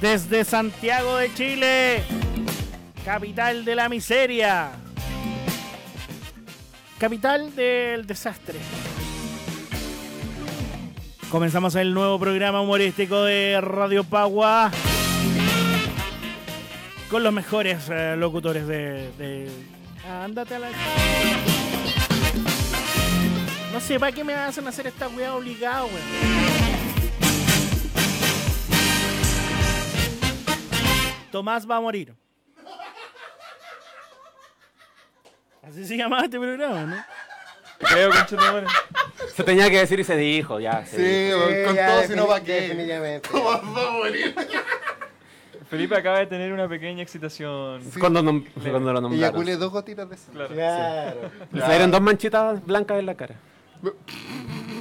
desde Santiago de Chile, capital de la miseria, capital del desastre. Comenzamos el nuevo programa humorístico de Radio Pagua con los mejores eh, locutores de, de- Ah, ándate a la... No sé, ¿para qué me hacen hacer esta weá obligada, weón? Tomás va a morir. Así se llamaba este programa, ¿no? Te creo, conchetumare. Se tenía que decir y se dijo, ya. se dijo. Sí, weón, con ya, todo, si no, defini- ¿para qué? Definitivamente. Felipe acaba de tener una pequeña excitación. Sí. Cuando, nom- cuando lo Y ya culé nombraron. dos gotitas de eso. Claro. Claro. Le salieron dos manchitas blancas en la cara.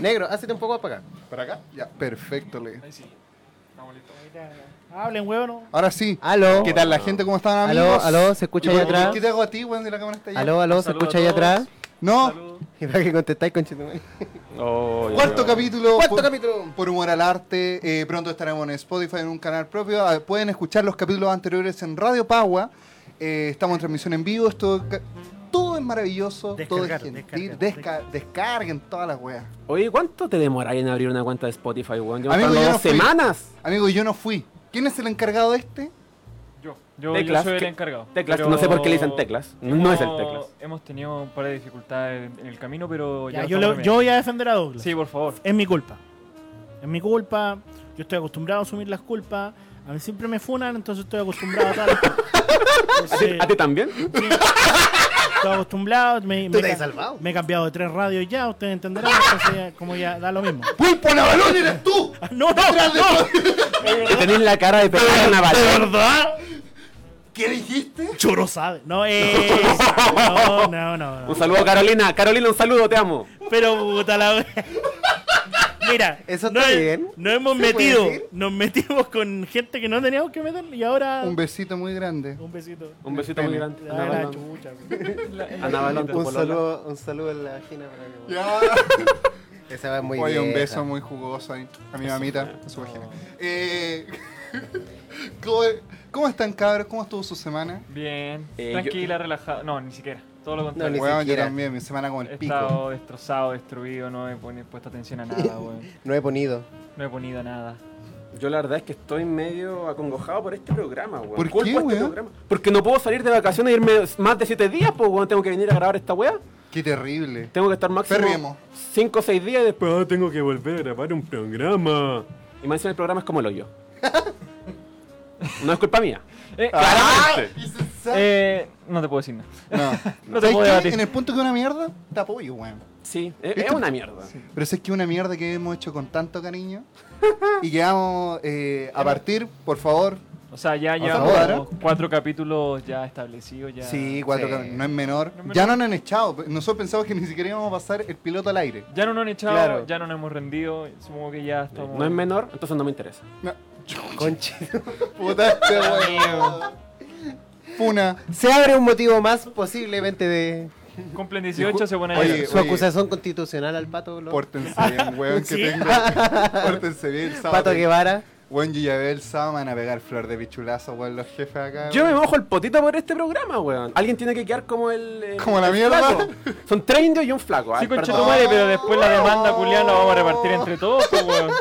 Negro, hazte un poco para acá. ¿Para acá? Ya, perfecto, le. Ahí sí. Estamos listos. Hablen, weón. ¿no? Ahora sí. Aló. ¿Qué tal la gente? ¿Cómo están, amigos? Aló, aló, ¿se escucha ¿Y ahí por- atrás? ¿Qué te hago a ti, weón, si la cámara está allá? Aló, aló, ¿se Saludos escucha a ahí todos. atrás? No, Saludos. Y para que contestáis con Oh, ya, cuarto ya. capítulo. Cuarto por- capítulo. Por humor al arte. eh, pronto estaremos en Spotify, en un canal propio. Ah, Pueden escuchar los capítulos anteriores en Radio Pagua. Eh, estamos en transmisión en vivo. Esto, ca- todo es maravilloso. Todo es Descargar, gentil. descargar, Desca- descarguen todas las weas. Oye, ¿cuánto te demoráis en abrir una cuenta de Spotify, weón? Yo me Amigo, tardo yo no dos fui. semanas. Amigo, yo no fui. ¿Quién es el encargado de este? Yo, yo, yo Teclas, soy el que- encargado. teclas, pero- no sé por qué le dicen teclas. No Hemos- es el teclas. Hemos tenido un par de dificultades en el camino, pero Ya, Pues ya. yo, estamos lo- remediando. yo voy a defender a Douglas. Sí, por favor. Es mi culpa. Es mi culpa. Yo estoy acostumbrado a asumir las culpas. A mí siempre me funan, entonces estoy acostumbrado a tal. ¿A ti- ¿A ti también? estoy acostumbrado. Me, me, te ca- has salvado. me he cambiado de tres radios ya, ustedes entenderán. Entonces ya, como ya da lo mismo. ¡Pulpo Navalón eres tú! Ah, ¡No, no! no. Que tenés la cara de pegar una bala. verdad? ¿Qué dijiste? Choro sabe. No, eh. No, no, no. Un no. saludo a Carolina. Carolina, un saludo, te amo. Pero puta la wea. Mira, Eso no, está bien. nos hemos ¿Se puede metido, decir? nos metimos con gente que no teníamos que meter y ahora Un besito muy grande. un besito. Un besito muy grande. Ah, Ana la Balón. chucha, güey. Ana Balón, tu Un polola. saludo, un saludo en la vagina para que. Ya. Esa va muy Oye, bien. un beso muy jugoso ahí a mi mamita, a su vagina. Eh, ¿cómo, cómo están, cabros? ¿Cómo estuvo su semana? Bien. Eh, yo- Tranquila, relajada. No, ni siquiera. Todo lo Ni contrario. Weón, yo siquiera. también, mi semana con He el pico. estado destrozado, destruido, no he poni- puesto atención a nada, weón. No he ponido. No he ponido a nada. Yo la verdad es que estoy medio acongojado por este programa, weón. ¿Por Culpo qué, a este weón? programa. Porque no puedo salir de vacaciones e irme más de 7 días, pues, weón. Tengo que venir a grabar esta weá. Qué terrible. Tengo que estar Ferriemo. máximo 5 o 6 días y después "Ah, tengo que volver a grabar un programa. Y más encima el programa es como el hoyo. no es culpa mía. Eh, Ah. Claramente. eh, no te puedo decir nada. No. No te ¿Sabes puedo qué? debatir. En el punto que una mierda, te apoyo, weón. Sí, es, es una mierda. Pero si es que una mierda que hemos hecho con tanto cariño. Y quedamos eh, a partir, por favor. O sea, Ah, ya sea, llevamos ¿podrá? cuatro capítulos ya establecidos, ya. Sí, cuatro Sí. cabros, no es menor. No es Ya menor. no nos han echado. Nosotros pensamos que ni siquiera íbamos a pasar el piloto al aire. Ya no nos han echado, Claro. ya no nos hemos rendido, supongo que ya estamos... No es menor, entonces no me interesa. No. Conche. Puta este weón. Funa. Se abre un motivo más posiblemente de Cumplen 18, se van a Oye, llegar. su oye. acusación constitucional al pato. Lo- Pórtense bien, weón, que ¿Sí? tengo. Pórtense bien, el sábado. eh. pato Guevara. Weón, yo ya veo el sábado, me van a pegar flor de pichulazo, weón, los jefes acá. Yo me weón. mojo el potito por este programa, weón. Alguien tiene que quedar como el. eh, Como la el mierda. flaco. Son tres indios y un flaco. Ay, Sí, perdón. conchetumare, pero después la demanda culiada la vamos a repartir entre todos, pues, weón.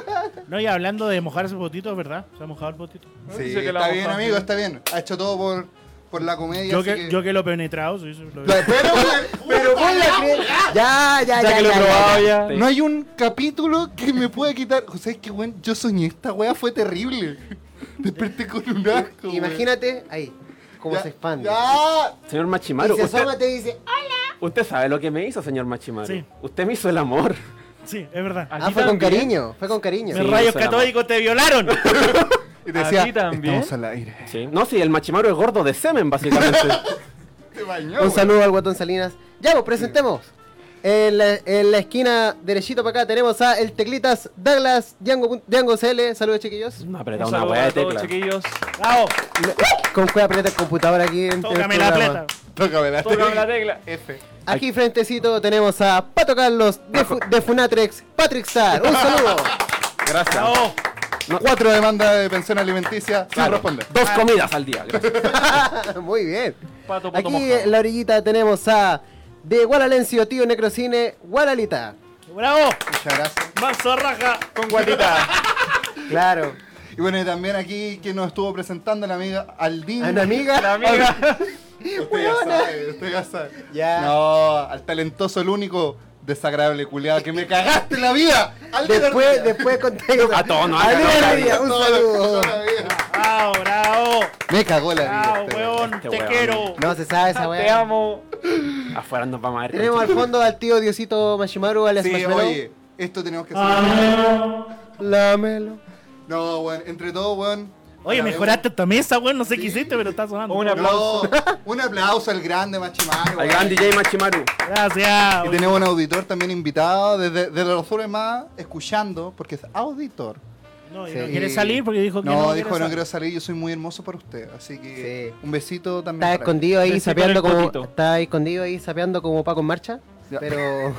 No, y hablando de mojar ese botito, ¿verdad? Se ha mojado el botito. Sí, Dice que la está bien, mojaste. amigo, está bien. Ha hecho todo por, por la comedia. Yo así que, yo que lo he penetrado, sí, sí, lo he- La- Pero, weón, pero ¿Vos la crees? Ya, ya, ya. Ya que lo he probado ya. Sí. no hay un capítulo que me pueda quitar. O sea, es que, weón, yo soñé esta weá, fue terrible. Desperté con un asco. weón. Imagínate ahí, cómo Ya- se expande. ya. Señor Y Machimaro, se usted, asoma y te dice, "Ah, "Ay". usted sabe lo que me hizo, señor Machimaro. Sí. Usted me hizo el amor. Sí, es verdad. ¿A ah, ti fue con también? cariño, fue con cariño. Mis Sí, rayos suena mal. catódicos te violaron. Y ¿A decía, ti también? estamos al aire. Sí. No, sí, el Machimaro es gordo de semen, básicamente. Te Ah, bañó, Un weón. saludo al Guatón Salinas. Ya, pues presentemos. En la, en la esquina derechito para acá tenemos a el Teclitas Douglas Django, Django CL. Saludos, chiquillos. no, Un apretado una saludo weá de a todos, tecla. chiquillos. Bravo, Con que aprieta el computador aquí en en el tócame la programa. plata. Tócame la Tócame la tecla. F. Aquí frentecito tenemos a Pato Carlos de, Fu- de Funatrex, Patrick Star. Un saludo. Gracias. Bravo. Cuatro demandas de pensión alimenticia sin Claro, responder. Dos comidas al día. gracias. Muy bien. Pato, pato, Aquí mojado. en la orillita tenemos a De Gualalencio, tío Necrocine, Gualalita. ¡Bravo! Muchas gracias. Manso raja con guatita. Claro. Y bueno, y también aquí que nos estuvo presentando la amiga Aldina. A una La Ah, amiga. amiga. Usted ya sabe, usted ya sabe. Ya. No, al talentoso, el único desagradable culiado que me cagaste la vida. Aldina Después, Ortega. después conté. A todos nos A han Aldina cagado la Ortega, vida. Un Todo lo- saludo. toda la vida. ¡Bravo, bravo! Me cagó la vida. Ah, ¡Bravo, este weón! este ¡Te weón. quiero! este No se sabe esa Te weá. amo. Afuera nos vamos a ver. Tenemos al fondo al tío Diosito Mashimaru, al Sí, Smashmallow. oye, esto tenemos que hacer. Lámelo. No, weón, entre todos, weón. Oye, Para mejoraste esta mesa, weón. No sé qué hiciste, pero está sonando. Una- un- No, un aplauso al grande Machimaro. Al weón. gran DJ Machimaru. Gracias. Y weón. tenemos un auditor también invitado desde, desde los sur más, escuchando, porque es auditor. No, y Sí. no quiere salir porque dijo que No, no. quiere dijo que no salir. quiero salir, yo soy muy hermoso para usted. Así que Sí. un besito también. Está para él. escondido ahí, Besito sapeando en el como. potito. Está escondido ahí, sapeando como Paco en marcha. Ya. Pero.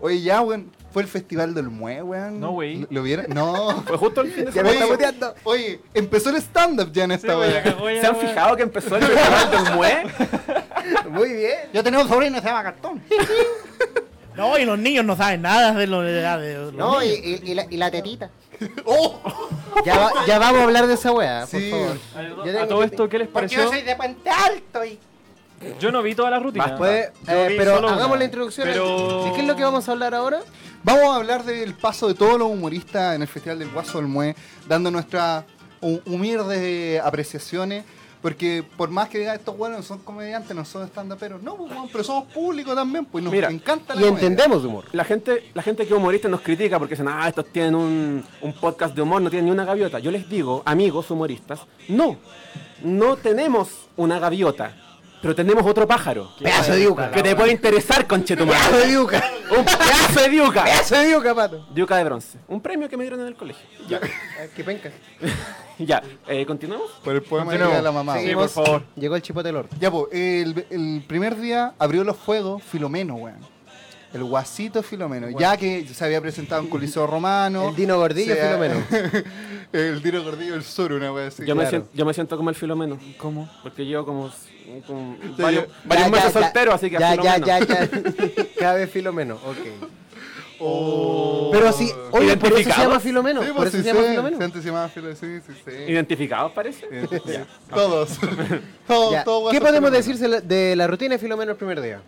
Oye, ya, weón, fue el Festival del Mue, weón. No, wey. ¿Lo vieron? No. Fue Pues justo el fin de Ya me está semana. muteando. Oye, empezó el stand-up ya en Sí, esta güey, wea. la cagó ya, ¿Se han güey. fijado que empezó el festival del Mue? Muy bien. Yo tenía un sobrino, se llama Cartón. No, y los niños no saben nada de lo de, de los No, y, niños. y- y la, y la tetita. ¡Oh! Ya, va- ya vamos a hablar de esa weá, Sí. por favor. Yo tengo A todo que- esto, ¿qué les pareció? de Puente Alto y. Yo no vi toda la rutina. Después, Yo eh, vi pero solo una. hagamos la introducción. Pero- ¿De qué es lo que vamos a hablar ahora? Vamos a hablar del paso de todos los humoristas en el Festival del Guaso del Mue, dando nuestras hu- humildes eh, apreciaciones. Porque por más que digan estos buenos son comediantes, no son stand-uperos. No, pues, weón, pero somos público también, pues nos Mira, encanta la Y comedia. entendemos de humor. La gente, la gente que es humorista nos critica porque dicen, ah, estos tienen un, un podcast de humor, no tienen ni una gaviota. Yo les digo, amigos humoristas, no, no tenemos una gaviota, pero tenemos otro pájaro. Pedazo de diuca. Que te puede interesar, Pedazo de conchetumare. diuca. Un pedazo de diuca. Pedazo de diuca, pato. Diuca de bronce. Un premio que me dieron en el colegio. Qué penca. Ya, eh, ¿continuamos? Por el poema de Continuemos. la mamá. Sí, por favor. Llegó el chipote del orto. Ya, pues, el, el primer día abrió los fuegos Filomeno, weón. El guasito Filomeno. Ya que se había presentado en Coliseo Romano. El Dino Gordillo se- Filomeno. el Dino Gordillo, el sur, una weón así. yo, me Claro. siento, yo me siento como el filomeno. ¿Cómo? Porque llevo como, como yo- varios, Ya, varios Ya, meses ya, ya. soltero, así que a Ya, ya, filomeno. ya, ya. Cada vez Filomeno, ok. Oh. Pero sí, oye, por eso se ¿Identificados? llama Filomeno. Sí, por pues, eso sí, se llama sé. Filomeno. Antes se llamaba Filo- sí, sí, sí. ¿Identificados parece? Ya. Todos. Todo- Ya. todo ¿Qué guaso podemos Filomeno. decir de la rutina de Filomeno el primer día?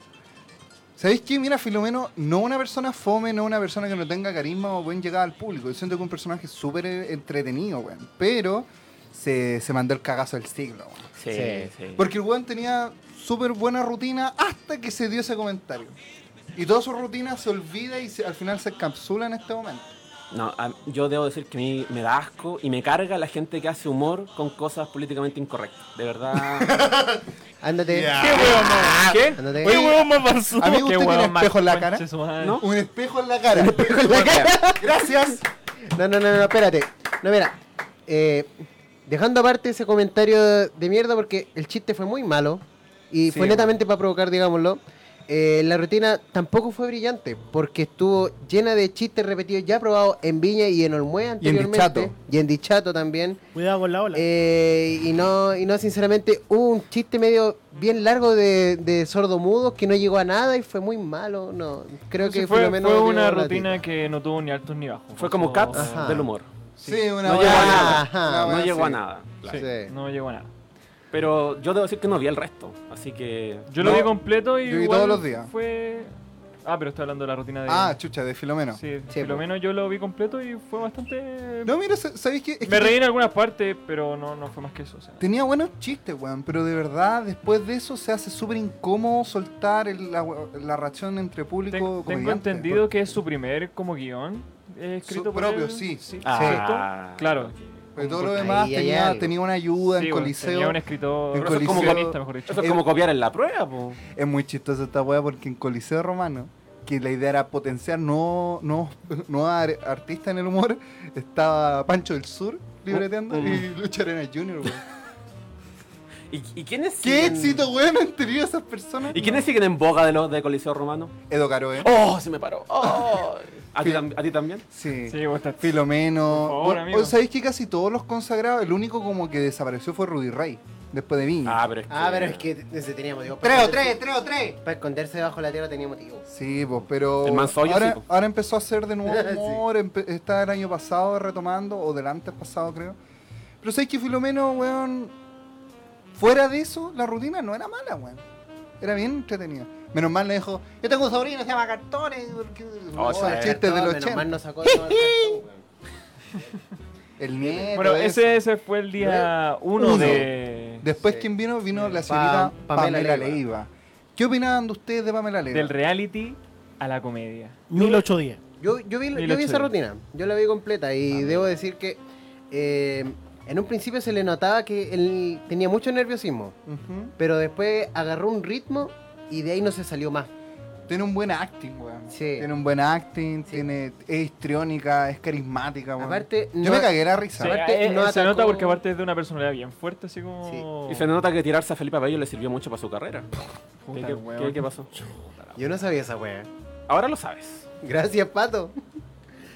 ¿Sabéis qué? Mira, Filomeno, no una persona fome, no una persona que no tenga carisma o buen llegada al público. Yo siento que es un personaje súper eh, entretenido, weón. Pero se, se mandó el cagazo del siglo, weón. Sí, Sí. sí. Porque el weón tenía súper buena rutina hasta que se dio ese comentario. Y toda su rutina se olvida y se- al final se encapsula en este momento. No, a- yo debo decir que a mí me da asco y me carga la gente que hace humor con cosas políticamente incorrectas. De verdad. Ándate. ¿Qué huevo más? ¿Qué? Ándate. ¿Qué Oye, huevón más basura? Ah, amigo, ¿Qué ¿usted tiene huevo más espejo en la conche cara? su madre? ¿No? Un espejo en la cara. Gracias. No, no, no, no, espérate. No, mira. eh, dejando aparte ese comentario de mierda porque el chiste fue muy malo y Sí, fue netamente para provocar, digámoslo. eh, la rutina tampoco fue brillante porque estuvo llena de chistes repetidos ya probados en Viña y en Olmué anteriormente. Dichato. Y en Dichato también. Cuidado con la ola. Eh, y no, y no, sinceramente, hubo un chiste medio bien largo de, de sordo mudo que no llegó a nada y fue muy malo. No, creo Entonces que fue, Filomeno fue dio una la rutina que no tuvo ni altos ni bajos. Fue como Caps caps Ajá. Ah, del humor. Sí, una No buena- llegó a una nada. Ajá, buena- no llegó a sí. nada. tita. claro. Sí. No llegó a nada. Pero yo debo decir que no vi el resto. Así que. Yo No, lo vi completo y. yo vi igual todos los días. Fue. Ah, pero estoy hablando de la rutina de. Ah, chucha, de Filomeno. sí, Sí, por lo po. menos yo lo vi completo y fue bastante. No, mira, sa- ¿sabéis qué? Es que Me reí en algunas partes, pero no, no fue más que eso. o sea. Tenía buenos chistes, weón, pero de verdad, después de eso se hace súper incómodo soltar el- la, la reacción entre Ten- público y tengo entendido que es su primer como guión eh, escrito Su por propio, él. sí. Ah, ¿cierto? Claro. Pero todo lo Ahí demás hay tenía, algo. tenía una ayuda Sí, en bueno, Coliseo. tenía un escritor, en Eso es como Coliseo- guionista, mejor dicho. Eso es como Eh, copiar en la prueba, po. Es muy chistosa esta weá porque en Coliseo Romano, que la idea era potenciar nuevos no, artistas en el humor, estaba Pancho del Sur libreteando Mm. y Lucha Arena Jr., weón. ¿Y, y quiénes ¡Qué siguen- éxito, weón, han tenido esas personas! ¿Y quiénes siguen en boga de los de Coliseo Romano? Edo Caroe. ¡Oh! Se me paró. ¡Oh! ¿A ti, tam- a ti también? Sí. Sí, vos estás- Filomeno. Por favor, O- amigo. o- ¿Sabéis que casi todos los consagrados, el único como que desapareció fue Rudy Rey, después de Viña? pero es Ah, pero es que desde tenía motivo. ¡Treo, para tres, esconderse- treo, tres! Para esconderse debajo de la tierra tenía motivo. Sí, pues, pero. El Manzoyo, ahora, sí, po. ahora empezó a hacer de nuevo Sí. humor. empe- Está el año pasado retomando, o del antes pasado, creo. Pero sabéis que Filomeno, weón. Fuera de eso, la rutina no era mala, weón. Era bien entretenida. Menos mal le dijo: Yo tengo un sobrino, se llama Cartones. Porque... Oh, Oh, el sí. chiste del Menos 80. mal no sacó de tomar tanto, weón. El nieto. Bueno, eso. ese, ese fue el día uno Uno. de, Después, Sí. ¿quién vino? Vino la Pa- señorita Pamela, Leiva. Pamela Leiva. ¿Qué opinaban de ustedes de Pamela Leiva? del reality a la comedia. 1810. Yo, yo, vi, yo vi 1800. esa rutina, yo la vi completa y debo decir que eh, en un principio se le notaba que él tenía mucho nerviosismo, Ujú. pero después agarró un ritmo y de ahí no se salió más. Tiene un buen acting, weón. Sí. Tiene un buen acting, Sí. tiene, es histriónica, es carismática, weón. Aparte, Ah, Yo no- me cagué la Sí, risa. Aparte, eh, no se atacó- nota porque aparte es de una personalidad bien fuerte, así como... Y se nota que tirarse a Felipe Abello le sirvió mucho para su carrera. ¿Qué, Puta, qué- weón. qué- qué pasó? Yo no sabía esa wea. Ahora lo sabes. Gracias, Pato.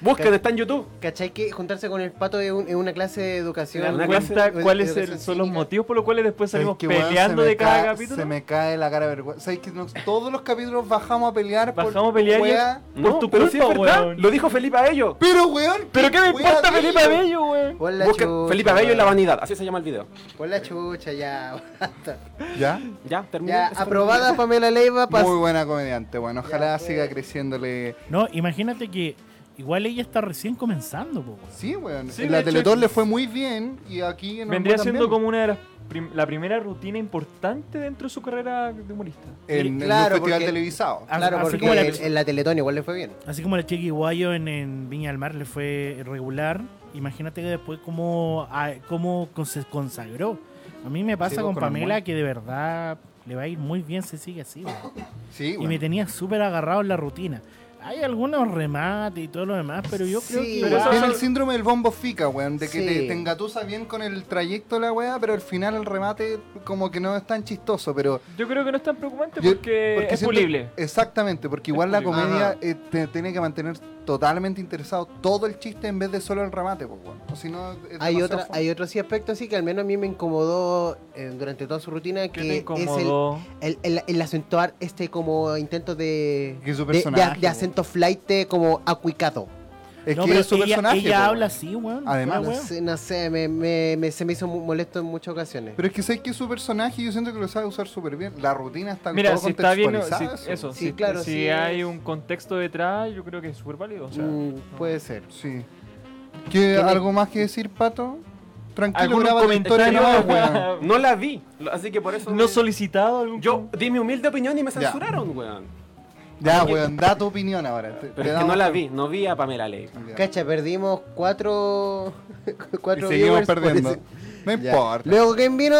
Busquen, está en YouTube. ¿Cachai que juntarse con el Pato es, un- es una clase de Se educación? dan Una cuenta clase- cuáles educación el- son los cívica. motivos por los cuales después ¿Sabes salimos qué, weón? peleando Se me de cada cae- capítulo. Se me cae la cara de vergüenza. ¿Sabes que nos- todos los capítulos bajamos a pelear Bajamos a pelear y- weá? Por tu pero culpa, es verdad. weón. Lo dijo Felipe Abello. Pero, weón. ¿Pero qué me weá importa de Felipe ello? Bello, weón? Pon la Busquen chucha, Felipe Abello y la weón. vanidad. Así se llama el video. Pon la chucha ya. basta. ¿Ya? Ya, terminé. ya, Eso fue aprobada Pamela Leiva. pas- Muy buena comediante, bueno. Ojalá Ya, pues. siga weón. creciéndole. No, imagínate que igual ella está recién comenzando, po, weón. Sí, weón. Sí, En de la hecho- Teletón le fue muy bien y aquí en Vendría Ormuz siendo también. como una de las prim- la primera rutina importante dentro de su carrera de humorista. En, en Claro, un festival porque- televisado. Ah, Claro, Así porque como la- en- en la Teletón igual le fue bien. Así como la Chiqui Guayo en, en Viña del Mar le fue regular, imagínate que después cómo, a- cómo con- se consagró. A mí me pasa pues, con con Pamela Amor. que de verdad le va a ir muy bien si sigue así, weón. Sí, Y me weón. tenía súper agarrado en la rutina. Hay algunos remates y todo lo demás, pero yo creo Sí, que... pero igual- eso- Tiene el síndrome del bombo fica, weón. De que Sí. te, te engatusa bien con el trayecto de la weá, pero al final el remate como que no es tan chistoso, pero... Yo creo que no es tan preocupante Yo- porque, porque es siento- pulible. Exactamente, porque igual la pulible. comedia Ajá. eh, te tiene que mantener totalmente interesado todo el chiste en vez de solo el remate, pues, weón. O si no, es Hay demasiado otro, fome. hay otro sí aspecto así que al menos a mí me incomodó eh, durante toda su ¿Qué rutina te que es el, incomodó? el, el- el acentuar este como intento de Que su de- de, personaje, de acento flight eh, como acuicado. Es No, que pero es su ella, personaje. ella pues, habla weón. así, weón. Además, fuera No weón. sé, no sé, me, me- me- se me hizo mu- molesto en muchas ocasiones. Pero es que sé que es su personaje y yo siento que lo sabe usar súper bien. La rutina está Mira, todo si está bien, no, si- contextualizada, eso, eso. Sí, si, claro, si sí. hay un contexto detrás, yo creo que es súper válido. o sea, Mm, no. puede ser. Sí. ¿Qué, ¿Tiene- ¿Algo más que decir, Pato? Tranquilo, ¿Algún graba tu historia comentario? nomás, weón. un- No la vi. lo- Así que por eso. ¿No solicitado algún Yo di mi humilde opinión y me Ya. censuraron, weón. Ya, weón, da tu opinión ahora. Te- te Pero es que damos- no la vi. No vi a Pamela Leiva. Ya. Cacha, perdimos cuatro, Y cuatro seguimos viewers por perdiendo. ese- pues, No Ya. importa. Luego, ¿quién vino?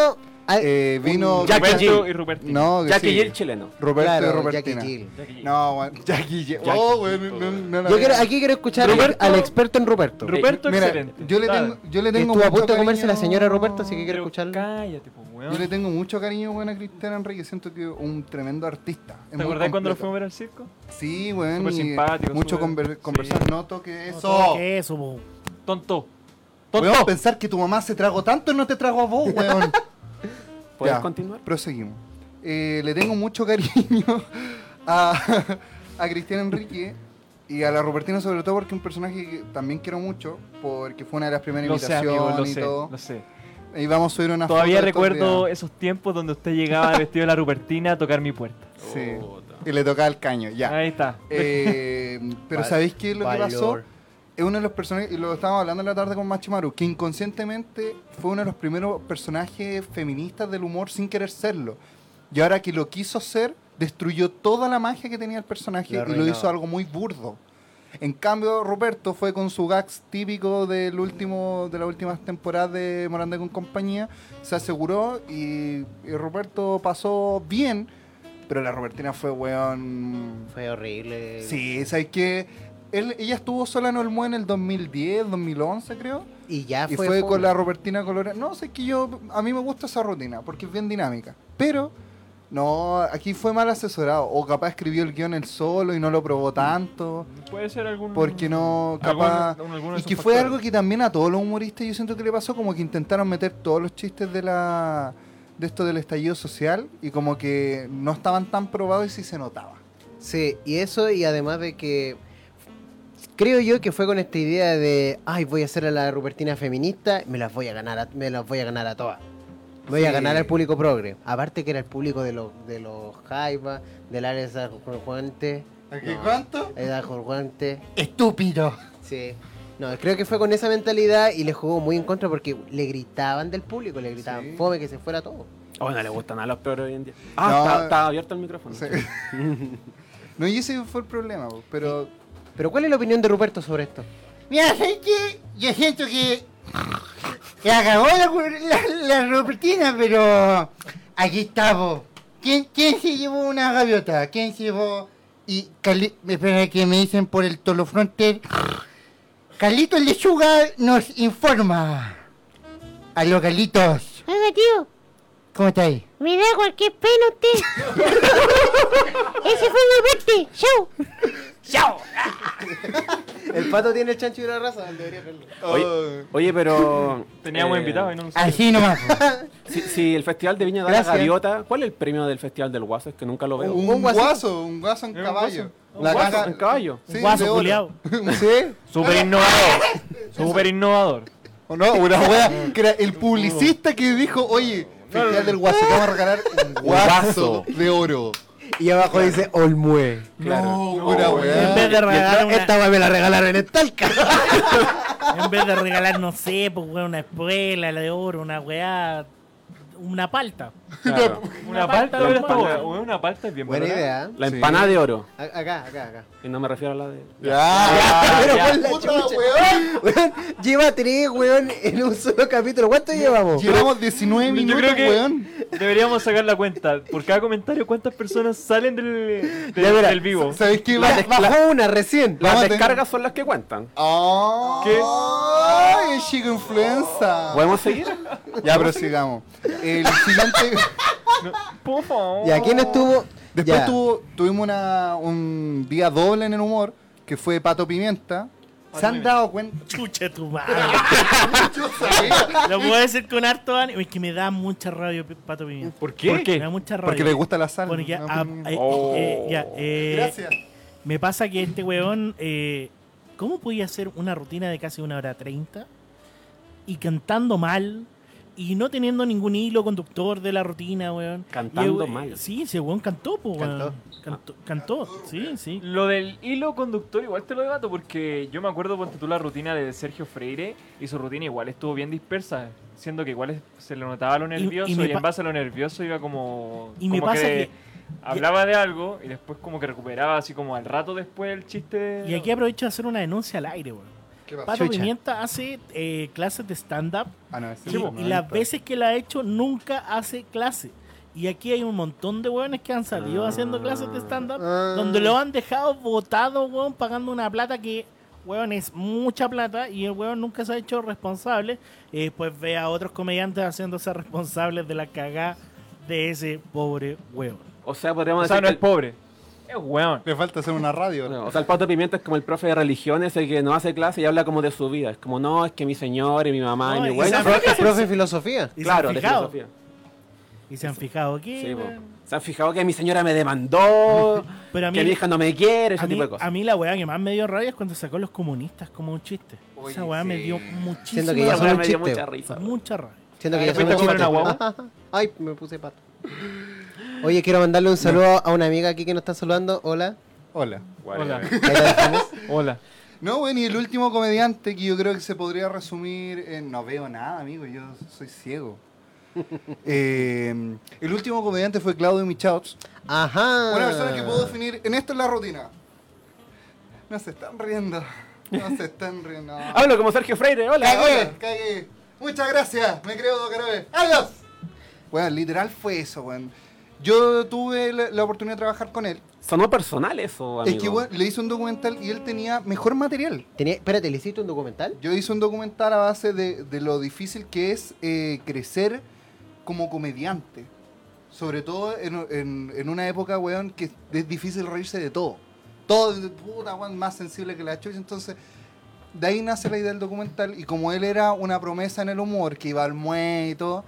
Ah, Eh, vino. Jackie Roberto Gil. y Rupertino? No, que Jackie sí. Gil chileno. Roberto y claro, Jackie Robertina. Gil. Jackie Gil. No, weón. Jackie Gil. Jackie Oh, Gil, weón, no, no la Yo vi. quiero, aquí quiero escuchar Roberto- al experto en Roberto. Ruperto, Mira, Eh, excelente. yo le Dale. tengo, yo le Que tengo estuvo a mucho punto de comerse la cariño- señora Roberto, así que Pero quiero escucharlo. Cállate, po, weón. Yo le tengo mucho cariño, weón, a Cristian Enrique. Siento que es un tremendo artista. Es ¿Te muy acordás cuando lo completo. fuimos a ver al circo? Sí, weón. Súper y simpático, Mucho súper- conver- sí. conversar. No toque No, eso. todo que eso, po. Tonto. Tonto. Weón, pensar que tu mamá se tragó tanto y no te tragó a vos, weón. ¿Puedes Ya. continuar? Proseguimos. Eh, le tengo mucho cariño a, a Cristian Enrique y a la Robertina, sobre todo porque es un personaje que también quiero mucho, porque fue una de las primeras Lo sé, invitaciones amigo, lo y sé, todo. lo sé. Y vamos a subir una Todavía foto de estos recuerdo días. esos tiempos donde usted llegaba vestido de la Rupertina a tocar mi puerta. Sí. Puta. Y le tocaba el caño, ya. Ahí está. Eh, pero Val- ¿sabéis qué es lo que pasó? valor. Es uno de los personajes, y lo estábamos hablando en la tarde con Machimaru, que inconscientemente fue uno de los primeros personajes feministas del humor sin querer serlo. Y ahora que lo quiso ser, destruyó toda la magia que tenía el personaje Lo y lo arruinó. hizo algo muy burdo. En cambio, Roberto fue con su gags típico del último, de las últimas temporadas de Morandé con compañía, se aseguró y, y Roberto pasó bien, pero la Robertina fue, weón, Fue horrible. Sí, ¿sabes qué? Él- ella estuvo sola en Olmué en el 2010, 2011 creo. Y Ah, ya y fue. fue, fome. con la Robertina Colorada. No, sé que yo, a mí me gusta esa rutina porque es bien dinámica. Pero No, aquí fue mal asesorado. O capaz escribió el guión él solo y no lo probó tanto. Puede ser algún. Porque no, capaz. Algún- alguno de y esos que fue factores. algo que también a todos los humoristas yo siento que le pasó, como que intentaron meter todos los chistes de la de esto del estallido social y como que no estaban tan probados y sí se notaba. Sí, y eso, y además de que creo yo que fue con esta idea de ay voy a hacer a la Rupertina feminista, me las voy a ganar a, me las voy a ganar a todas. Me Voy a Sí. ganar al público progre. Aparte que era el público de los de los Jaivas, del área de San Juante. No, ¿Cuánto? de San Juante. Estúpido. Sí. No, creo que fue con esa mentalidad y le jugó muy en contra porque le gritaban del público, le gritaban Sí. fome que se fuera todo. Oh, no le gustan a los peores hoy en día. Ah, No. está, está abierto el micrófono. no, y ese fue el problema, po, pero Pero ¿cuál es la opinión de Ruperto sobre esto? Mira, ¿sabes qué? Yo siento que se acabó la, la, la Rupertina, pero aquí estamos. ¿Quién, ¿Quién se llevó una gaviota? ¿Quién se llevó...? Y Carli- espera que me dicen por el Tolo Fronter. Carlito Lechuga nos informa. A los Carlitos. Oiga, tío, ¿Cómo está ahí? me da cualquier pena usted. Ese fue mi parte. Chao. El pato tiene Oh. el chancho y la raza, debería verlo. Oye, oye, pero. Teníamos eh, invitados y no nos Así nomás. Si, si el festival de Viña da la Gracias. gaviota, ¿cuál es el premio del festival del guaso? Es que nunca lo veo. un, un guaso. guaso, un guaso en Un caballo. Un guaso, caja- un caballo. Sí, de Guaso oro. culiao. ¿Sí? Súper innovador. Súper innovador. O no, una wea que era el publicista que dijo, oye, festival del guaso, que vamos a regalar un guaso de oro. Y abajo dice Olmue. Claro. No, una En wea. vez de regalar una- Esta me la regalaron en Talca. En vez de regalar, no sé, pues, weón, una espuela de oro, una weá, una palta. claro. Una palta, palta de una esta palta. weá. Una palta es bien Buena barata. idea. ¿eh? La empanada de oro. A- Acá, acá, acá. Y no me refiero a la de. Ya. Pero con la Puta, chucha. weón. Weón, lleva tres, weón, en un solo capítulo. ¿Cuánto llevamos? Llevamos 19 Yo minutos, creo que weón. deberíamos sacar la cuenta. Por cada comentario, ¿cuántas personas salen del, del, Ya, mira, del vivo? ¿Sabéis qué? Ba- Bajó una recién. La- Las Vamos a tener- descargas son las que cuentan. ¡Oh! ¿Qué? Oh. ¡Ay, chico influenza! ¿Podemos seguir? ya, prosigamos. El siguiente... Por favor. ¿Y a quién estuvo? Después Ya. tuvo- tuvimos una- un día doble en el humor, que fue Pato Pimienta. ¿Se han Pimienta. dado cuenta? Chucha tu madre. Lo puedo decir con harto ánimo. Es que me da mucha rabia, P- Pato Pimienta. ¿Por qué? Me da mucha rabia. Porque le gusta la sal. Porque, ¿no? ah, eh, Oh. eh, ya, eh, Gracias. Me pasa que este weón, eh, ¿cómo podía hacer una rutina de casi una hora treinta? Y cantando mal, y no teniendo ningún hilo conductor de la rutina, weón. Cantando Y, eh, mal. Sí, ese weón cantó, po, weón. Cantó. Cantó. Cantó, sí, sí. Lo del hilo conductor igual te lo debato porque yo me acuerdo ponte tú la rutina de Sergio Freire y su rutina igual estuvo bien dispersa, siendo que igual es- se le notaba lo nervioso y, me en pa- base a lo nervioso iba como, Y me como pasa que- hablaba de algo y después como que recuperaba así como al rato después el chiste. Y aquí aprovecho de hacer una denuncia al aire, weón. Pato Pimienta hace eh, clases de stand-up Ah, no, ese y, es el y las 90. veces que la ha hecho nunca hace clase. Y aquí hay un montón de weones que han salido Ah. haciendo clases de stand-up Ah. donde lo han dejado votado, weón, pagando una plata que, weón, es mucha plata y el weón nunca se ha hecho responsable. Y después ve a otros comediantes haciéndose responsables de la cagada de ese pobre weón. O sea, podríamos o sea, no es decir. que pobre, es weón. Le falta hacer una radio. el- no, o sea, el pato pimienta es como el profe de religiones, el que no hace clase y habla como de su vida. Es como, no, es que mi señor y mi mamá y No, mi y güey. se- Pro- Profe de filosofía. Y Claro, se de han fijado. filosofía. Y se han fijado aquí. Sí, po. weón. ¿Se han fijado que mi señora me demandó? Pero a mí- que mi hija no me quiere, ese A mí, tipo de cosas. a mí la weá que más me dio rabia es cuando sacó a los comunistas como un chiste. Oye, Esa weá me sí. dio Siento muchísima que ya Esa weá son un me dio chiste. mucha risa. mucha rabia. Siento que Ah, ya son ¿fuiste a comer chiste. una guagua? Ay, me puse pato. Oye, quiero mandarle un saludo a una amiga aquí que nos está saludando. Hola. Hola. Hola. Ahí la dejamos. Hola. No, bueno, y el último comediante que yo creo que se podría resumir en... No veo nada, amigo, yo soy ciego. Eh, el último comediante fue Claudio Michaux. Ajá. Una persona que Ah. puedo definir... En esto es la rutina. No se están riendo. No se están riendo. Hablo como Sergio Freire, hola. Cagué, cagué. Muchas gracias, me creo Docarobe. ¡Adiós! Weón, literal fue eso, weón. Yo tuve la, la oportunidad de trabajar con él. Sonó personal eso, amigo. Es que weón, le hice un documental y él tenía mejor material. Tenía- espérate, ¿le hiciste un documental? Yo hice un documental a base de, de lo difícil que es eh, crecer como comediante. Sobre todo en, en- en una época, weón, que es difícil reírse de todo. Todo, puta, weón, más sensible que la chucha. Entonces, de ahí nace la idea del documental. Y como él era una promesa en el humor, que iba al muelle y todo,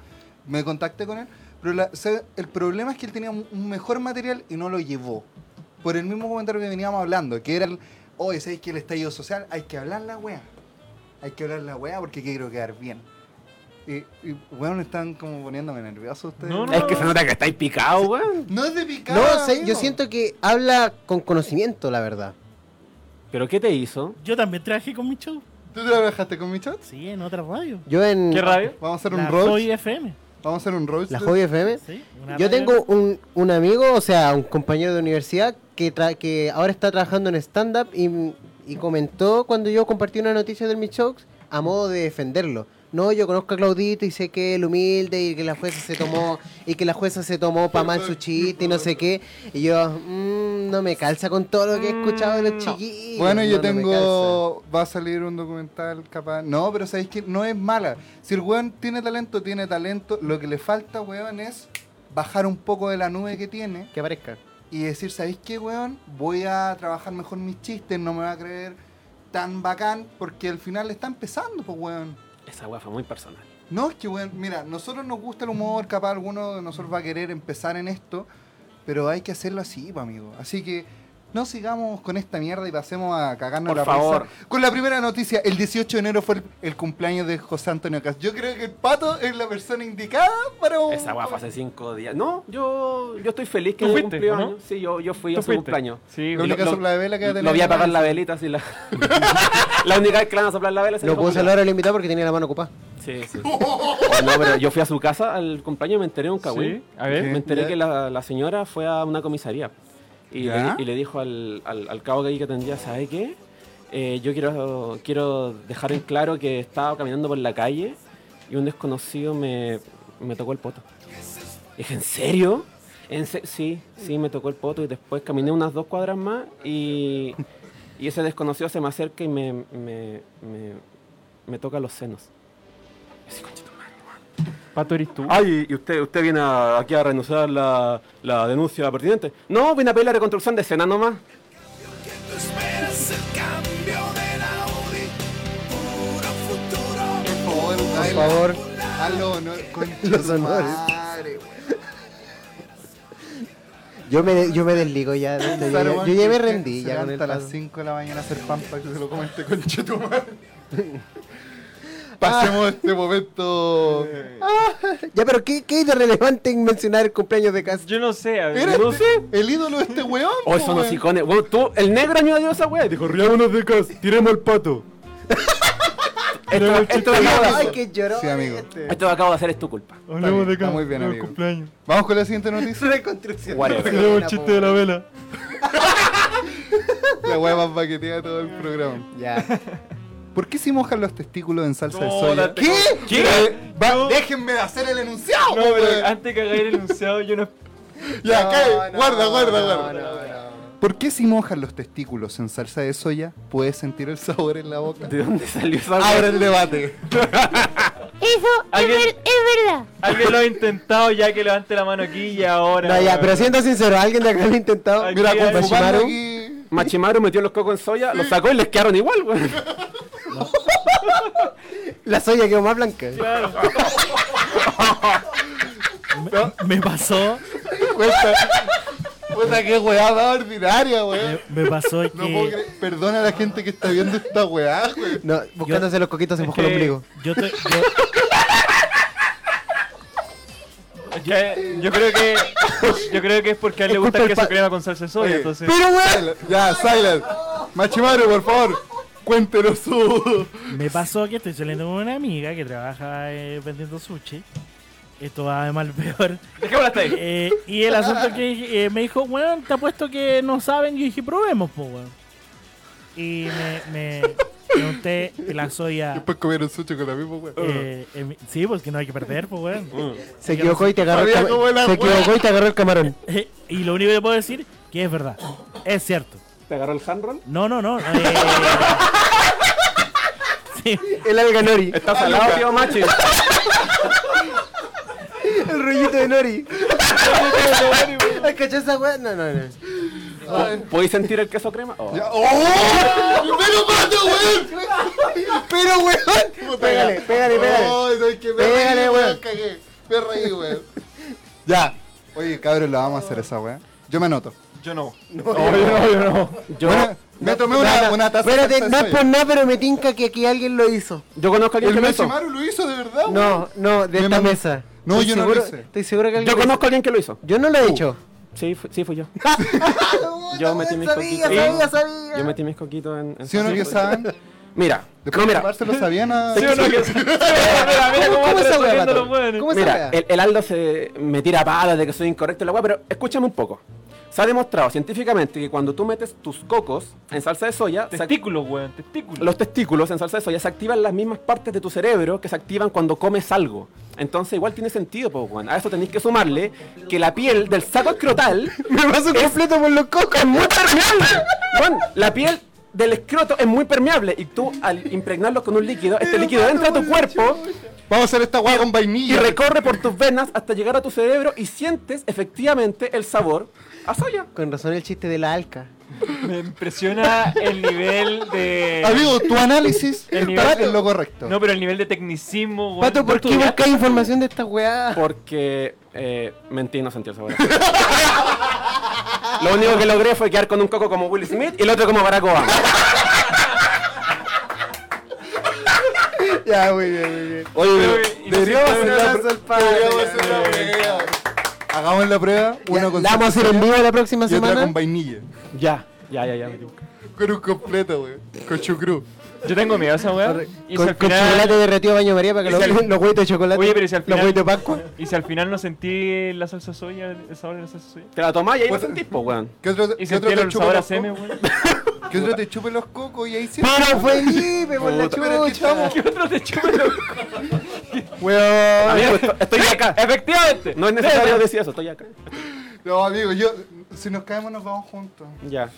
me contacté con él. Pero la- se- el problema es que él tenía un- un mejor material y no lo llevó. Por el mismo comentario que veníamos hablando, que era el, oye, ¿sabes que el estallido social? Hay que hablar la weá. Hay que hablar la weá porque quiero quedar bien. Y, y weón, están como poniéndome nervioso ustedes. No, no. Es que se nota que estáis picado, weón. No es de picada. No, sé, yo amigo. siento que habla con conocimiento, la verdad. ¿Pero qué te hizo? Yo también trabajé con mi show. ¿Tú trabajaste con mi chat? Sí, en otra radio. Yo en ¿Qué radio? Vamos a hacer La un roast. Joy FM. Vamos a hacer un roast. la Hobby FM, Sí, una radio- yo tengo un, un amigo, o sea, un compañero de universidad que, tra- que ahora está trabajando en stand-up y, y comentó cuando yo compartí una noticia del Michox a modo de defenderlo. No, yo conozco a Claudito y sé que el humilde y que la jueza se tomó y que la jueza se tomó pa' mal su chiste y no sé qué. Y yo, mm, no me calza con todo lo que he escuchado de los chiquillos. Bueno, yo no, no me tengo. va a salir un documental capaz. No, pero sabéis que no es mala. Si el weón tiene talento, tiene talento. Lo que le falta, weón, es bajar un poco de la nube que tiene calza. Que aparezca. y decir, ¿sabéis qué, weón? Voy a trabajar mejor mis chistes, no me va a creer tan bacán, porque al final está empezando, pues, weón. Esa weá fue muy personal. No, es que, weón, mira, nosotros nos gusta el humor, capaz alguno de nosotros va a querer empezar en esto, pero hay que hacerlo así, pa, amigo. Así que no sigamos con esta mierda y pasemos a cagarnos Por la favor. risa. Con la primera noticia, el 18 de enero fue el, el cumpleaños de José Antonio Cas. Yo creo que el pato es la persona indicada para un... Esa weá fue hace cinco días. No, yo, yo estoy feliz que ¿Tú haya fuiste, cumplido o no? años. Sí, yo, yo fui ¿Tú a su fuiste? cumpleaños. Sí, La Lo- güey. única lo- sopla de vela que va a tener Lo voy a la apagar cabeza. la velita así la. la única vez que la van a soplar la vela es el No puedo cumpleaños. saludar al invitado porque tenía la mano ocupada. Sí, sí. no, pero yo fui a su casa al cumpleaños y me enteré de un cagüín. Sí, a ver. Me enteré Ya. que la, la señora fue a una comisaría y, le, Ya. y le dijo al, al, al cabo que ahí que atendía, ¿sabe qué? Eh, yo quiero, quiero dejar en claro que estaba caminando por la calle y un desconocido me, me tocó el poto. Dije, ¿en serio? ¿En se- sí, sí, me tocó el poto y después caminé unas dos cuadras más y, y ese desconocido se me acerca y me, me, me, me toca los senos. Y así, "Concha tu madre". Pato eres tú. Ay, Ah, ¿y usted, usted viene a- aquí a renunciar la, la denuncia pertinente? No, viene a pedir la reconstrucción de escena nomás. Por favor, Por favor. Aló, no, concha Los tu honores. madre, weón. Yo me, yo me desligo ya. de esto, yo, ya- yo ya me rendí ya con el hasta las paso. 5 de la mañana a hacer pan para que se lo comente con chetumar. Pasemos este momento. Ah, Ya, pero ¿qué, qué hay de relevante en mencionar el cumpleaños de Cas? Yo no sé, a ver. Era no este- sé. el ídolo de este weón. Oh, son los icones. Bueno, tú, el negro añadió esa wea. Dijo, riámonos de cas, tiremos el pato. esto, esto, que acabo de Ay, hacer- que lloró. Sí, amigo. esto que acabo de hacer es tu culpa. Este, Hablemos de Está muy bien, amigo. cumpleaños. Vamos con la siguiente noticia. Reconstrucción. Whatever. Era una po- la vela. La weá más baqueteada de todo el programa. Ya. ¿Por qué se mojan los testículos en salsa de No, soya? date- ¿Qué? ¿Qué? Eh, va- No. Déjenme de hacer el enunciado. pues, No, weón. pero antes que haga el enunciado, yo no. Ya, cae. no, guarda, guarda, no, guarda. ¿Por qué si mojas los testículos en salsa de soya puedes sentir el sabor en la boca? ¿De dónde salió esa wea? Abre el debate. Eso es, Alguien- ver- es verdad. Alguien lo ha intentado ya que levante la mano aquí y ahora. No, ya, weón. pero siendo sincero, ¿alguien de acá lo ha intentado? Ay, Mira, Aquí con hay- Fumaru Machimaru. aquí- Machimaru metió los cocos en soya, los sacó y les quedaron igual, weón. La soya quedó más blanca. Me pasó, Puta, puta, qué weá más ordinaria, weón. me pasó que... No puedo creer. Perdona a la gente que está viendo esta weá, weón. No, buscándose los coquitos en Es bajo el que- ombligo. Yo, te- yo- Ya, yo creo que. Yo creo que es porque a él le gusta el Disculpa el queso pa- crema con salsa de soya, Oye, entonces. Pero, weón. Silent. Ya, Silent. Machimaru, por favor, cuéntenos su. me pasó que estoy saliendo con una amiga que trabaja eh, vendiendo sushi. Esto va de mal peor. Dejémosla hasta ahí. Eh, y el asunto que eh, me dijo, weón, te apuesto que no saben. Yo dije, probemos, po, weón. Y me, me pregunté la soya. Después comieron sushi con la misma weá. eh, en- sí, porque no hay que perder, po, weón. Se equivocó y te agarró el Sabía cómo camarón. era, Se weón. equivocó y te agarró el camarón. Eh, y lo único que puedo decir que es verdad. Es cierto. ¿Te agarró el handroll? No, no, no. eh, sí, El alga nori. ¿Estás al lado, tío Machi? El rollito de nori. Ay, ¿cachai esa weá? No, no, no. ¿Po- ¿Podéis sentir el queso crema? Oh. Ya- ¡Oh! ¡Pero mate, weón! Pero weón. Pégale, pégale, pégale. Ay, no, es que me Pégale, reí, weón. Cagué. Me reí, weón. Ya. Oye, cabrón, la vamos a hacer esa, weón. Yo me anoto. Yo no. Yo, Bueno, me tomé Nada, una, una taza Espérate, de no es soya. por nada, pero me tinca que aquí alguien lo hizo. yo conozco a alguien El que lo hizo. Mechimaru lo hizo de verdad, weón. No, no, de Me esta mandó- mesa. No, yo no lo seguro- hice. Estoy seguro que alguien. Yo lo hizo. conozco a alguien que lo hizo. Yo no lo he hecho. Sí, fu- sí fui yo. yo metí mis sabía, coquitos. sabía, sabía. Yo metí mis coquitos en. en ¿Sí o no que saben? Mira, Después de mira, tomarse lo sabían a... ¿Sí o no que sí? Mira, mira, mira Ah, ¿Cómo- cómo cómo van esa resolviendo weá, Pato? los weones. ¿Cómo esa Mira, weá? el, el Aldo se me tira palas de que soy incorrecto y la weá, pero escúchame un poco. Se ha demostrado científicamente que cuando tú metes tus cocos en salsa de soya, se ac- Testículos, weón, testículos. los testículos en salsa de soya se activan las mismas partes de tu cerebro que se activan cuando comes algo. Entonces igual tiene sentido, po, weón. A eso tenéis que sumarle que la piel del saco escrotal me paso completo por los cocos, es muy permeable. Weón, la piel del escroto es muy permeable y tú al impregnarlo con un líquido, este líquido entra a tu cuerpo Vamos a hacer esta weá con y vainilla. recorre por tus venas hasta llegar a tu cerebro y sientes efectivamente el sabor a soya. Con razón el chiste de la alca. Me impresiona el nivel de. Amigo, tu análisis El está nivel- en lo correcto. No, pero el nivel de tecnicismo, weón. Pato, ¿por ¿Tú qué estudiaste? buscas información de esta weá? Porque eh, mentí, no sentí el sabor. a soya. Lo único que logré fue quedar con un coco como Will Smith y el otro como Barack Obama. Ya, muy bien, muy bien. Oye, Pero, y no Deberíamos sé, hacer weón, la abrazo prueba. al padre. Deberíamos hacer la prueba. Hagamos la prueba. Una con ¿La vamos a hacer en salsa vivo la próxima y otra con semana? vainilla. ya, ya, ya, ya. Con un completo, weón. Con chucrú. Yo tengo miedo a esa weón. Y si Con, al con final- chocolate derretido baño María para que y si los, al- los huevitos de chocolate. Oye, pero si al Los final- huevitos de Pascua. Y si al final no sentí la salsa de soya, el sabor de la salsa de soya. Te la tomás y ahí lo Pues- sentís, po, weón. ¿Qué otro, Y qué otro sentí te el chupa sabor a los seme, cocos? weón. ¿Qué otro te chupe los cocos y ahí sí? Pero Felipe, por la Puta, pero aquí chucha. estamos. ¿Qué otro te chupa los- Weón. Amigo, esto- estoy acá. Efectivamente. No es necesario decir eso, estoy acá. No, amigo, yo... Si nos caemos nos vamos juntos. Ya.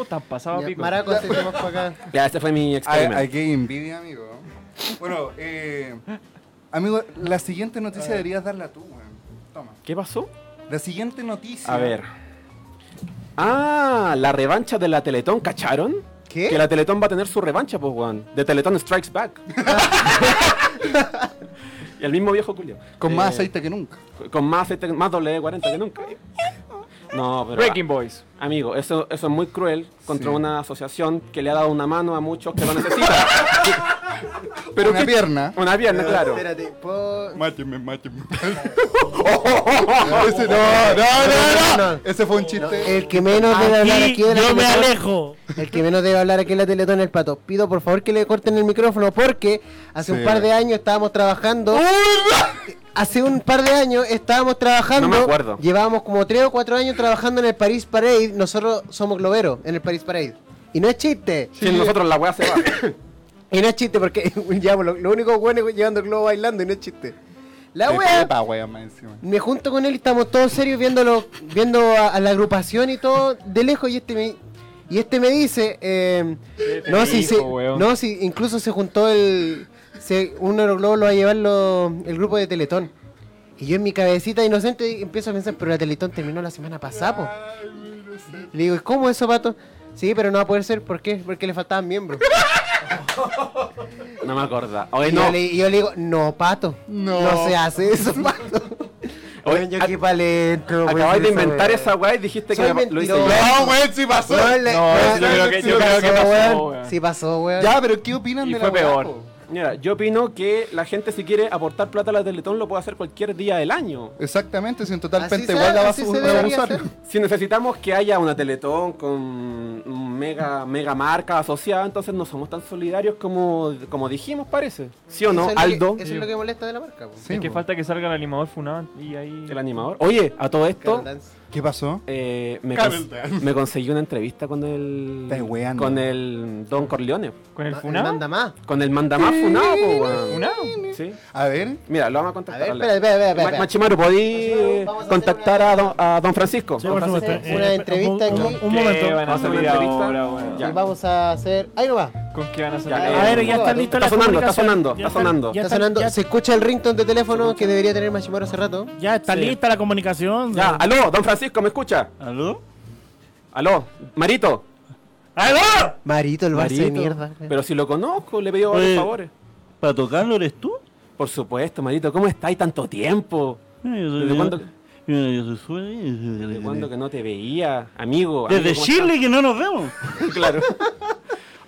Oh, tan pasado, Ya, pico. Maraco, se te para acá. Ya, ese fue mi Hay, experimento. que envidia, amigo. Bueno, eh... Amigo, la siguiente noticia deberías darla tú, weón. Toma. ¿Qué pasó? La siguiente noticia... A ver. Ah, la revancha de la Teletón, ¿cacharon? ¿Qué? Que la Teletón va a tener su revancha, pues, weón. De Teletón Strikes Back. y el mismo viejo Eh, Julio. Con más aceite que nunca. Con más aceite, más W40 que nunca. No, pero. Breaking Boys. Amigo, eso, eso es muy cruel contra Sí. una asociación que le ha dado una mano a muchos que lo necesitan. Pero Una pierna. una pierna, claro. Espérate, po- Máteme, máteme. Oh, Ese- no, no, no, no. Ese fue un Eh, chiste. El que menos debe hablar Aquí aquí de la yo me Teletón- alejo. El que menos debe hablar aquí en la Teletón es el pato. Pido por favor que le corten el micrófono porque hace Sí. un par de años estábamos trabajando. Hace un par de años estábamos trabajando. No me acuerdo. Llevábamos como 3 o 4 años trabajando en el París Parade. Nosotros somos globeros en el París Parade. Y no es chiste. Sin nosotros la weá se va. Y no es chiste porque ya, lo, lo único bueno es llevando el globo bailando y no es chiste. La De wea. pepa, wea, más encima. Me junto con él y estamos todos serios viéndolo, viendo a, a la agrupación y todo de lejos y este me, y este me dice, eh, te no, si dijo, se- weón? no si incluso se juntó el, se, uno de los globos lo va a llevar lo- el grupo de Teletón. Y yo en mi cabecita inocente empiezo a pensar, pero la Teletón terminó la semana pasada. po". Le digo, ¿y cómo eso, pato? Sí, pero no va a poder ser, ¿por qué? Porque le faltaban miembros. No me acuerdo. Oye, Y no. yo, le, y yo le digo, no, pato. No, No. se hace eso, pato. Oye, Yo a- aquí pa' adentro, weón, Acabáis de esa inventar weá. esa weá y dijiste que Soy me- lo hice yo. mentiroso. No, Ah, weón, sí pasó. No, le- No, weón, yo creo que- yo sí creo que pasó, pasó, weón. weón. Sí pasó, weón. Ya, pero ¿qué opinan Y de fue la wea, peor. po? Mira, yo opino que la gente si quiere aportar plata a la Teletón lo puede hacer cualquier día del año. Exactamente, si en Así total pente se- igual la vas así a se la vas a debería usar. hacer. Si necesitamos que haya una Teletón con mega, mega marca asociada, entonces no somos tan solidarios como, como dijimos, parece. ¿Sí o no, Eso es lo Aldo, que- Eso es lo que molesta de la marca, weón. Sí, es que po. falta que salga el animador funado y ahí. el animador? Oye, a todo esto, Carol Dance. ¿Qué pasó? eh, me, Carol cons- Dance. me conseguí una entrevista con el, Estás weando. con el Don Corleone, Con el Ma- funado. Manda más. con el mandamás funado, po, weón. Funado. Sí. A ver, Mira, lo vamos a contactar. A ver, dale. espera, espera, espera, Ma- espera. Machimaru, ¿podí Vamos a hacer contactar a don, a don Francisco? Sí, por supuesto. hacer una Eh, entrevista un- aquí. Un, un momento. Van a Vamos a hacer salir una entrevista. ahora, weón. Ya. Y vamos a hacer. Ahí nomás. con qué van a hacer. Ya, eh, A ver, ya está listo Está la sonando, está comunicación. sonando, Ya está sonando. ya Está sonando, ya- se escucha el ringtone de teléfono que debería tener Mashimoro hace rato. Ya está lista la comunicación. Ya, aló, don Francisco, ¿me escucha? ¿Aló? Aló, Marito. ¡Aló! Marito, el Barça de Marito. mierda. Pero si lo conozco, le he pedido varios Oye. favores. ¿Para tocarlo eres tú? Por supuesto, Marito, ¿cómo estáis tanto tiempo? Mira, yo soy- ¿Desde cuándo? Mira, yo soy suave- ¿Desde cuándo que no te veía, amigo? Desde amigo, ¿cómo Chile que no nos vemos. estás? claro.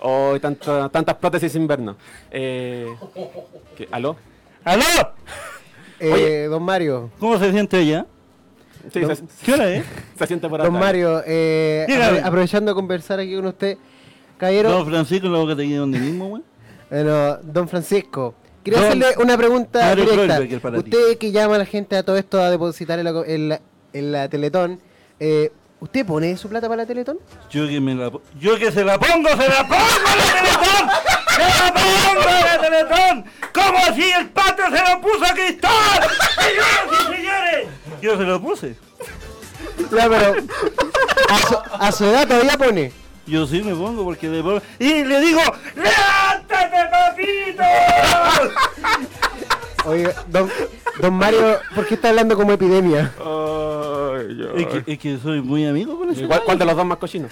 Oh, tanta- tantas prótesis inverno. Eh, ¿qué? ¿Aló? ¡Aló! Eh, don Mario, ¿Cómo se siente allá? Sí, se, ¿Qué hora es? se siente por don atrás. Mario, eh, Dígame. apro- aprovechando de conversar aquí con usted, caballero, Don Francisco, la boca te queda donde mismo, güey. Bueno, don Francisco, quería Don hacerle una pregunta Mario Goldberger directa. para ti. Usted que llama a la gente a todo esto a depositar en la, co- en la- en la Teletón, eh, ¿usted pone su plata para la Teletón? Yo que me la po- Yo que se la pongo, se la pongo la Teletón. Se la pongo la Teletón. Como así el pato se lo puso a Cristóbal. Señoras y señores. Yo se lo puse. Ya, pero a su, a su edad todavía pone. Yo sí me pongo porque le pongo. Y le digo, ¡levántate, papito! Oiga, don, don Mario, ¿por qué está hablando como epidemia? Ay, yo- Es que, es que soy muy amigo con ese. ¿Cuál, cuál de los dos más cochinos?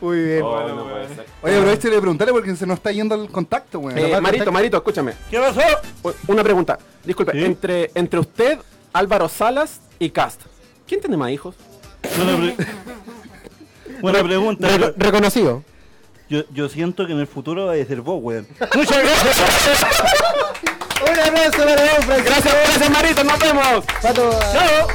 Muy bien. Oh, no puede ser. Oye, aprovecho de preguntarle porque se nos está yendo el contacto, weón. Eh, Marito, Marito, escúchame. ¿Qué pasó? U- Una pregunta. Disculpe, ¿Sí? entre, entre usted, Álvaro Salas y Cast, ¿quién tiene más hijos? Buena, pre- Buena pregunta. Reco- reconocido. Yo, yo siento que en el futuro va a ser vos, weón. Muchas gracias. Un abrazo para don Francisco. Gracias, gracias Marito, nos vemos. Pato, Chao.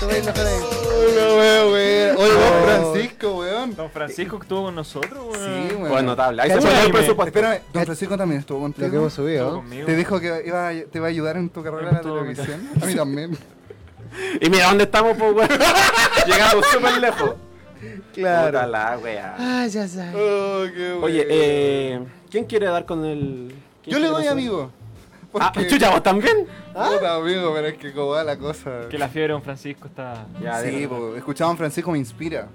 te voy a ir mejor ahí. Oye, don Oh. Francisco, weón. Don Francisco estuvo con nosotros, weón. Sí, weón. Bueno, notable. Ahí se Cacha, fue el dime. presupuesto. Espérame, don Francisco también estuvo Lo que contigo. hemos subido. Estuvo ¿no? conmigo. Te dijo que iba a- te va a ayudar en tu carrera de la Estuvo conmigo. televisión. A mí también. Y mira dónde estamos, pues, weón. Llegamos súper lejos. Claro. Puta la wea. Ah, ya sabes. Oh, Oye, eh, ¿quién quiere dar con el...? quién Yo quiere le doy con su- amigo. Ah, Porque- chucha, ¿vos también? Ah. Puta, amigo, pero es que como va la cosa. Que la fiebre de Don Francisco está. Ya, Sí, dele, po, escuchaba a Francisco me inspira.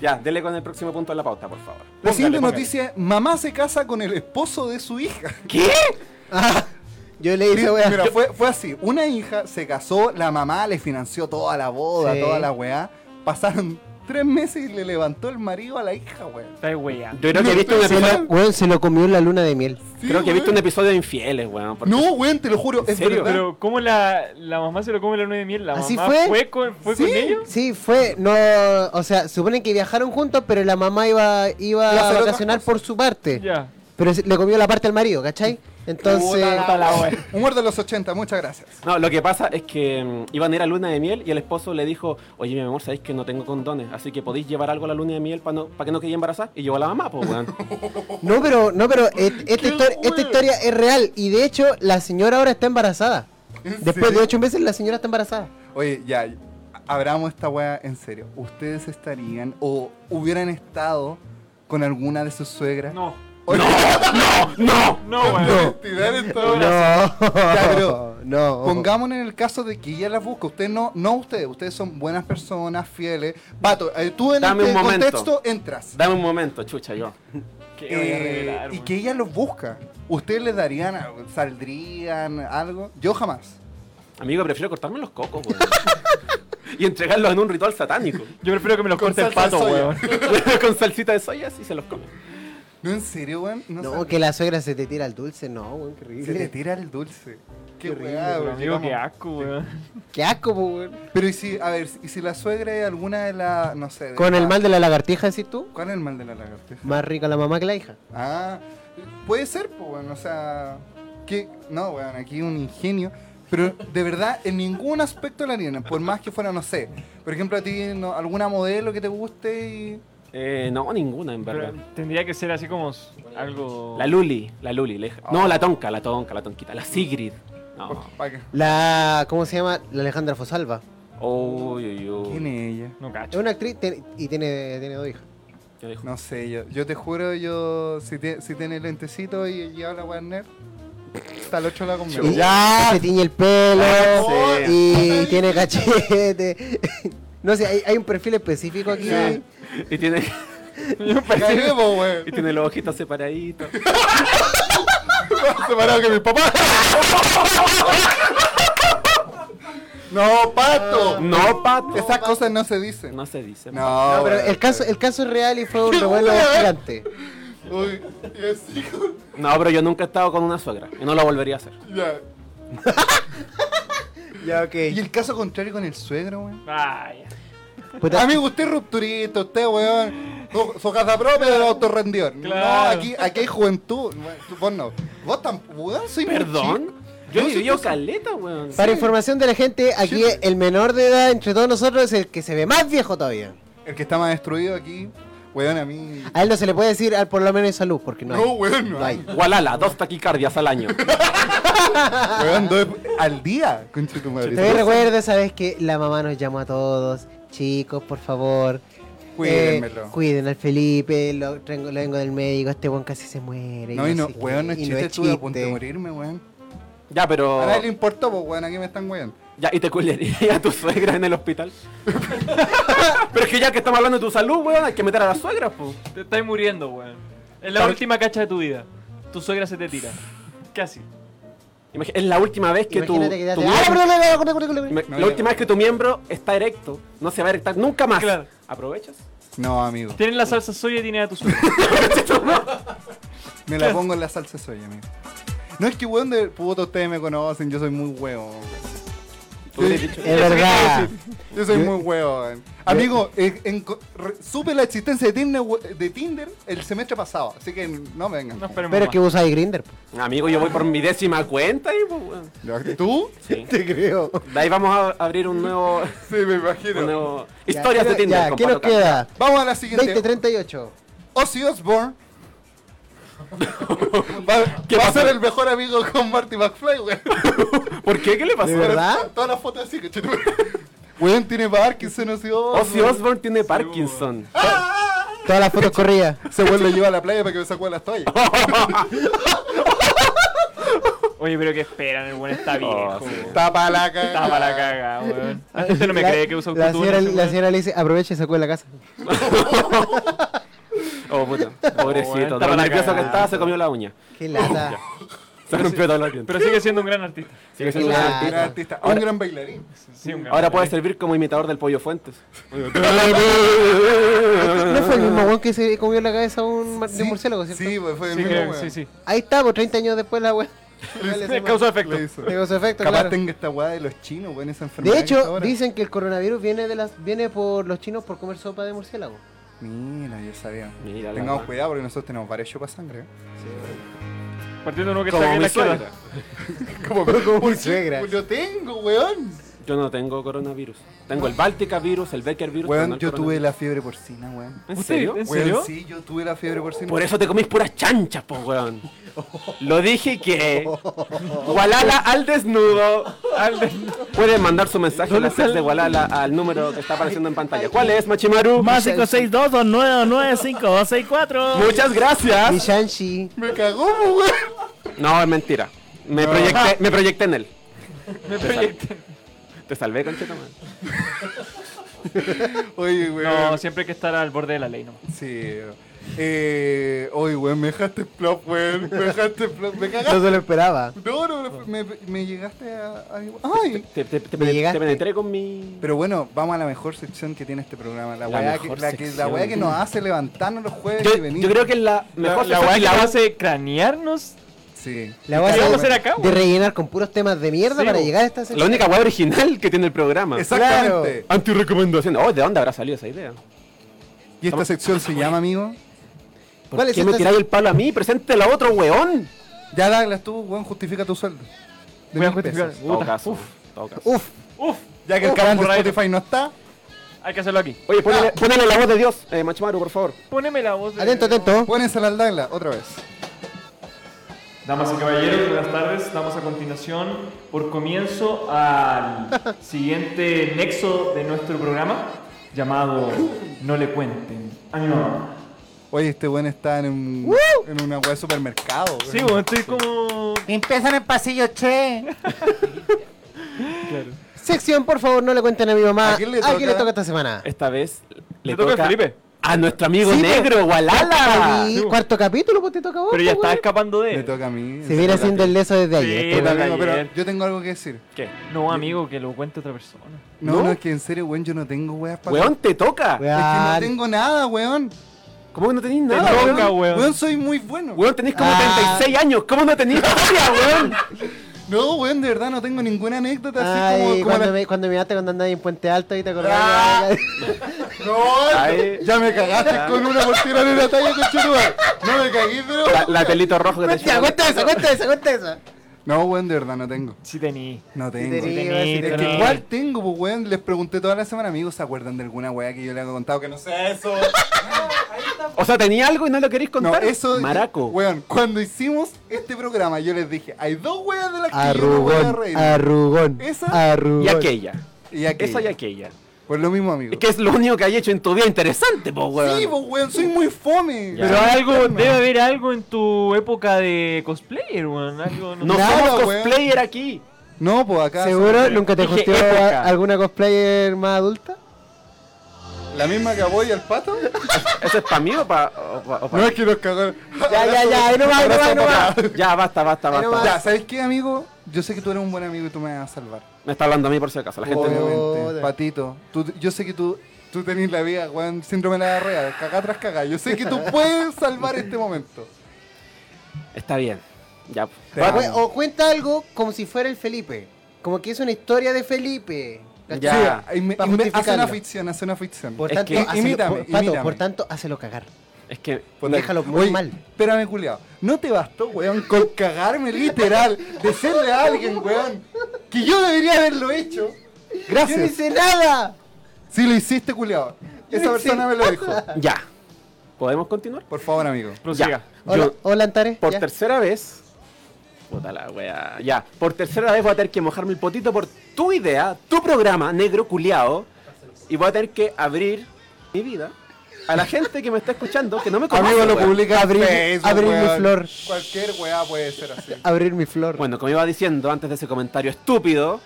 ya, dele con el próximo punto de la pauta, por favor. La siguiente Póngale, noticia, mamá se casa con el esposo de su hija. póngale. ¿Qué? Yo le Mira, hice, weón. fue, fue así. Una hija se casó, la mamá le financió toda la boda, Sí. toda la weá. Pasaron tres meses y le levantó el marido a la hija, weá. Está de wea. Yo creo que he visto un Se lo- episodio... weón, se lo comió en la luna de miel. Sí, creo que he visto un weón. episodio de Infieles, weón. porque- No, weón, te lo juro, es serio? verdad. Pero, ¿cómo la, la mamá se lo come la nueve de miel? ¿La ¿Así mamá fue? con, fue Sí. con ellos? Sí, fue, no, o sea, suponen que viajaron juntos, pero la mamá iba, iba Iba a a hacer vacacionar por su parte. Ya. Pero se- le comió la parte al marido, ¿cachai? Entonces, Puta la wea. Humor de los 80, muchas gracias. No, lo que pasa es que mm, iban a ir a luna de miel y el esposo le dijo, oye, mi amor, sabéis que no tengo condones, así que podéis llevar algo a la luna de miel para no, pa que no quede embarazada. Y llevó a la mamá, pues, weón. no, pero, no, pero et- esta, histori- esta historia es real. Y de hecho, la señora ahora está embarazada. Después de serio? ocho meses, la señora está embarazada. Oye, ya, abramos esta weá en serio. ¿Ustedes estarían o hubieran estado con alguna de sus suegras? No. Oye, ¡No! No, weón. tirar esto ahora. Ya, No, pero no. Pongámonos en el caso de que ella las busca. Ustedes no, no ustedes. Ustedes son buenas personas, fieles. Pato, eh, tú en Dame este un momento. contexto entras. Dame un momento, chucha, yo. ¿Qué voy a Eh, revelar, y weón? que ella los busca. ¿Ustedes les darían, algo? saldrían, algo? Yo jamás. Amigo, prefiero cortarme los cocos, weón. y entregarlos en un ritual satánico. Yo prefiero que me los Con corte el salsa de pato, soya. weón. Con salsita de soya, así se los come. No, en serio, weón. No, No, sabes. que la suegra se te tira el dulce, no, weón, qué Se horrible. te tira el dulce. Qué, horrible, weá, Pero weón. Amigo, qué Llegamos- asco, weón. Qué asco, po, weón. Pero y si, a ver, y si la suegra es alguna de las, no sé. de Con el la- mal de la lagartija, decís tú, ¿Cuál es el mal de la lagartija? más rica la mamá que la hija. Ah, puede ser, pues, bueno, o sea, que, no, weón, aquí un ingenio. Pero de verdad, en ningún aspecto la harían, por más que fuera, no sé. Por ejemplo, a ti, no, alguna modelo que te guste y. Eh, no, ninguna, en verdad. Pero tendría que ser así como s- algo. La Luli, la Luli, la hija. Ah. No, la tonca, la tonca, la tonquita. La Sigrid. No. pues, pa' que- La, ¿cómo se llama? La Alejandra Fosalva. Uy, uy, Oh. ¿Quién uy. es ella? No Es cacho. una actriz ten- y tiene, tiene dos hijas. Yo dejo- No sé, yo, yo te juro, yo, si, te- si tiene lentecito y lleva la Warner, está al otro lado conmigo. Y se tiñe el pelo Ah, sí. y tiene cachete. No sé, hay, hay un perfil específico aquí. Y tiene. Cagué, po, weón. y tiene los ojitos separaditos. Más separado que mi papá. No, pato. No, pato. Esas cosas no se dicen. No, No se dice. No, pero weón. el caso, el caso es real y fue un Qué revuelo wea, eh. gigante. Uy, y así, con- No, pero yo nunca he estado con una suegra. Y no lo volvería a hacer. ya. Ya, ok. Y el caso contrario con el suegro, weón. Vaya. Puta, Amigo, usted es rupturista, usted, weón. Su, su casa propia del autorrendidor. No, Claro. aquí, aquí hay juventud. Bueno, tú- Vos no. Vos tampoco, weón, soy muy Perdón. chico. Yo No, he sí, vivido sí. caleta, weón. Para información de la gente, aquí Sí. el menor de edad entre todos nosotros es el que se ve más viejo todavía. El que está más destruido aquí, weón, a mí. A él no se le puede decir al por lo menos salud, porque no. No, hay. weón, no No hay. hay. Gualala, dos taquicardias al año. Weón, dos al día, concha tu madre. Te recuerdo, sabes que la mamá nos llamó a todos. Chicos, por favor. Cuídenmelo. eh, cuiden al Felipe, lo, tengo- lo vengo del médico, este weón casi se muere. No, y no, sé qué, weón, no es y chiste, estuve a punto de morirme, weón. Ya, pero. A nadie le importó, pues, weón, aquí me están weón. Ya, y te culería a tu suegra en el hospital. pero es que ya que estamos hablando de tu salud, weón, hay que meter a la suegra, po. Te estás muriendo, weón. Es la Claro. última cacha de tu vida. Tu suegra se te tira. Casi. Imagi- Es la última vez que tu, Imagínate que ya tu te- Ah, miembro- ¡Ay, perdón, perdón, perdón, perdón, perdón! Ima- No, la ya última no. vez que tu miembro está erecto, no se va a erectar nunca más. Claro. ¿Aprovechas? No, amigo. Tienes la salsa soya y tienes a tu suegra. Me la pongo en la salsa soya, amigo. No es que weón de puto ustedes me conocen, yo soy muy huevo. Tú le has dicho- Es verdad. Ah. Yo soy muy huevo, weón. Amigo, eh, en co- re- supe la existencia de Tinder, we- de Tinder el semestre pasado, así que no me vengan. No esperemos Pero es más. que usáis Grinder. Amigo, yo voy por mi décima cuenta y pues, weón. ¿Tú? Sí. Te creo. De ahí vamos a abrir un nuevo. Sí, me un imagino. nuevo- Historias de Tinder. Ya, con ¿qué Pato nos Castro. queda? Vamos a la siguiente. 2038. Ozzy Osbourne va, va a ser el mejor amigo con Marty McFly, weón. ¿Por qué? ¿Qué le pasó? ¿De verdad? Todas las fotos así, que Weón tiene Parkinson, Ozzy Osbourne. Ozzy Osbourne tiene Parkinson. Todas las fotos corridas. Ese weón lo lleva a la playa para que me sacó las toallas. Oye, pero que esperan, el weón Oh, está viejo. weón. Tapa la cara. Está para la caga, weón. La gente Ah, no me Ah, eh, La- cree que usa la autotune. señora, ese la weón. señora le dice, aprovecha y sacó de la casa. Oh, Oh, puta. weón, Pobrecito. está Tan para nervioso cagar. que estaba, se comió la uña. Qué lata. Se rompió toda la Pero sigue siendo un gran artista. Sigue qué siendo un gran Un lata. artista. gran artista, un gran bailarín. Sí, un gran Ahora artista. puede servir como imitador del Pollo Fuentes. ¿No fue el mismo weón que se comió la cabeza a un mar- de murciélago, cierto? Sí, pues, fue el Sí, mismo, creo que weón. sí, sí. Ahí está, pues 30 años después la weá. Le causó efecto. Le hizo. Tengo su efecto, Capaz claro. tenga esta weá de los chinos, weón, esa enfermedad. De que está hecho, ahora. dicen que el coronavirus viene de las viene por los chinos por comer sopa de murciélago. Mira, yo sabía. Mira la Tengamos weá. cuidado porque nosotros tenemos varios chupas sangre. ¿eh? Partiendo uno que Como está en mi la izquierda. suegra. Como, como suegra. Yo tengo, weón. Yo no tengo coronavirus. Tengo el Báltica virus, el Becker virus. pero no Weón, el yo tuve coronavirus. la fiebre porcina, weón. ¿En ¿Usted- serio? ¿En Weón, serio? sí, yo tuve la fiebre porcina. Por eso te comís puras chanchas, po, weón. Lo dije que. Walala al desnudo. Al desnudo. Pueden mandar su mensaje a la sed de Walala al número que está apareciendo en pantalla. ¿Cuál es, Machimaru? Más 562 299 Muchas Y gracias. Shanshi. Me cagó, weón. No, es mentira. Me, proyecté, me proyecté en él. Ah. Me proyecté. Te salvé, conchetamán. Oye, weón. No, siempre hay que estar al borde de la ley, ¿no? Sí. Eh, oye, weón, me dejaste plop, weón. Me dejaste plop. Me No cagaste. se lo esperaba. No, no, no, me, me llegaste a, a- Ay. Te, te- te Me penet- llegaste. te penetré con mi. Pero bueno, vamos a la mejor sección que tiene este programa. La, La weá, que, mejor la, que, la sección. weá que nos hace levantarnos los jueves Yo, y venir. yo creo que es la mejor la sección weá y que la- la hace cranearnos. Sí. La weá ¿Qué vamos a de- hacer acá, de weón? rellenar con puros temas de mierda Sí, para bo. llegar a esta sección. la única web original que tiene el programa. Exactamente. Antirecomendación. Oh, ¿de dónde habrá salido esa idea? ¿Y esta sección se llama, amigo? ¿Por ¿Cuál es qué me esta tiráis el palo a mí? Preséntela a otro weón. Ya dale tú, weón, justifica tu sueldo. De Voy a mil justificar. pesos. Todo Puta. caso, Uf. todo caso. Uf, Uf, Ya que el Uf, canal de por ahí. Spotify no está. hay que hacerlo aquí. Oye, Ah. ponele, ponele la voz de Dios, eh, Machimaru, por favor. Póneme la voz de... atento, atento. Pónense la Dagla otra vez. Damas y caballeros, buenas tardes. Damos a continuación por comienzo al siguiente nexo de nuestro programa llamado No le cuenten a mi mamá. Oye, este weón está en, un, en una weá de supermercado. Sí, weón. bueno, estoy como... Empiezan en pasillo, che. Sección, por favor, no le cuenten a mi mamá. ¿A quién le ¿A quién le toca? toca esta semana? Esta vez le, toca a Felipe. a nuestro amigo Sí, pues. negro, Walala. Y cuarto capítulo, pues te toca a vos. Pero ya pues, está weón. escapando de Me él. toca a mí. Se viene haciendo el leso desde Sí. ayer. toca Amigo, pero ayer. yo tengo algo que decir. ¿Qué? No, amigo, que lo cuente otra persona. No, ¿No? no, es que en serio, weón, yo no tengo weas para. Weón, te toca. Es que no pues, Weón. tengo nada, weón. ¿Cómo que no tenéis Te nada, toca, weón? Ah, weón. Weón, soy muy bueno. Weón, tenéis como Ah. 36 años. ¿Cómo no tenéis historia, weón? No, weón, de verdad no tengo ninguna anécdota así Ay, como, como cuando, la- Ah. me, cuando me miraste cuando andabas en Puente Alto y te acordás. No, Ay. ya me cagaste con una por tirar una talla con No me cagué, pero. La, la pelito rojo que te Ya, lleva. cuenta esa, cuenta esa, cuenta esa. No, weón, de verdad no tengo. Sí tení. No tengo. Sí, Sí, iba a decir Es tení. que igual tengo, pues, weón. Les pregunté toda la semana, amigos, ¿se acuerdan de alguna weá que yo les he contado que no sea eso? O sea, tenía algo y no lo queréis No, contar. eso. Maraco. Weón, cuando hicimos este programa, yo les dije, hay dos weas de las que yo no voy Arrugón, a reír. arrugón, Esa arrugón. Y aquella. y aquella. Esa y aquella. Pues lo mismo, amigo. Es que es lo único que hay hecho en tu vida interesante, po, weón. Sí, pues, weón, soy muy fome. Ya. Pero algo, debe haber algo en tu época de cosplayer, weón. Algo, no Nada, somos weón. cosplayer aquí. No, pues acá. ¿Seguro? ¿Nunca te Dije gustó época. alguna cosplayer más adulta? ¿La misma que a Boy y al pato? ¿Eso es para mí o para.? O pa- o pa- No es que nos cagaron. Ya, ya, ya, ahí no va, ahí no va, ahí no va. Ya, basta, basta, Ahí no basta. va. Ya, ¿sabes qué, amigo? Yo sé que tú eres un buen amigo y tú me vas a salvar. Me está hablando a mí por si acaso. La gente no- Obviamente. Joder. Patito, tú- yo sé que tú, tú tenés la vida, weón, síndrome de la diarrea, cagá tras cagá. Yo sé que tú puedes salvar este momento. Está bien. Ya. pues. Te O, amo. cue- o cuenta algo como si fuera el Felipe. Como que es una historia de Felipe. ¿cachai? Ya. Sí, inme- Pa' inme- hace justificarlo. una ficción, hace una ficción. Por Es tanto, que- hazlo- imítame, por, Pato, imítame. por tanto, hácelo cagar. Es que. déjalo muy Oye, mal. Espérame, culiao. No te bastó, weón, con cagarme literal, decirle a alguien, weón, que yo debería haberlo hecho. ¡Yo no Gracias. hice nada! Sí, lo hiciste, culiao. Esa persona me lo dijo. Ya. ¿Podemos continuar? Por favor, amigo. Prosiga. Ya. Hola, Yo, hola Antares. por ya. tercera vez. Puta la wea. Ya. Por tercera vez voy a tener que mojarme el potito por tu idea, tu programa, negro culiao. Y voy a tener que abrir mi vida a la gente que me está escuchando, que no me conoce. Amigo, lo wea. publica Abrir- en Facebook, abrir mi weón. flor. Cualquier weá puede ser así. Abrir mi flor. Bueno, como iba diciendo antes de ese comentario estúpido,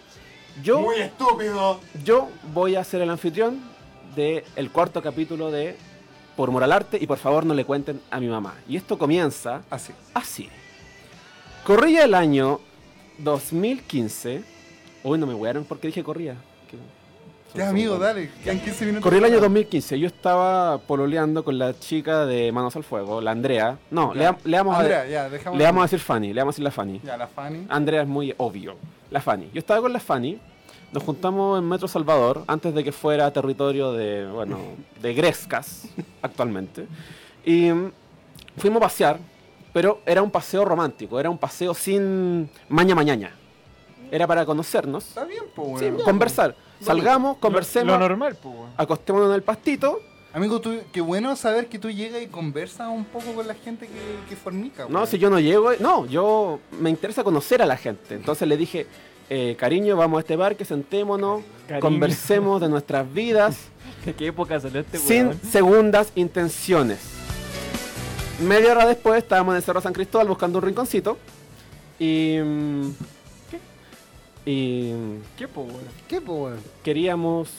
yo. Muy estúpido. Yo voy a ser el anfitrión del cuarto capítulo de Por Moral Arte y por favor no le cuenten a mi mamá. Y esto comienza Así. así. Corría el año 2015. Uy, no me wearon porque dije corría. Que- Ya, amigo, dale. que en 15 minutos. Corría el año 2015. Yo estaba pololeando con la chica de Manos al Fuego, la Andrea. No, le, le vamos Andrea, a, ya, dejamos. le Ah. vamos a decir Fanny, le vamos a decir la Fanny. Ya, la Fanny. Andrea es muy obvio. La Fanny. Yo estaba con la Fanny. Nos juntamos en Metro Salvador antes de que fuera territorio de, bueno, de Grescas actualmente. Y mm, fuimos a pasear, pero era un paseo romántico, era un paseo sin maña mañana. Era para conocernos, Está bien, po, sí, weón. conversar. Salgamos, Lo, lo conversemos, normal, pues, weón. acostémonos en el pastito. Amigo, tú, qué bueno saber que tú llegas y conversas un poco con la gente que, que fornica. No, weón. si yo no llego, no, yo me interesa conocer a la gente. Entonces le dije, eh, cariño, vamos a este parque, sentémonos, Cariño. conversemos de nuestras vidas. ¿De qué época salió este sin weón? segundas intenciones. Media hora después estábamos en el Cerro San Cristóbal buscando un rinconcito. Y. mm, ¿Qué? Y. mm, ¿Qué, po, weón? ¿Qué, po, weón? Queríamos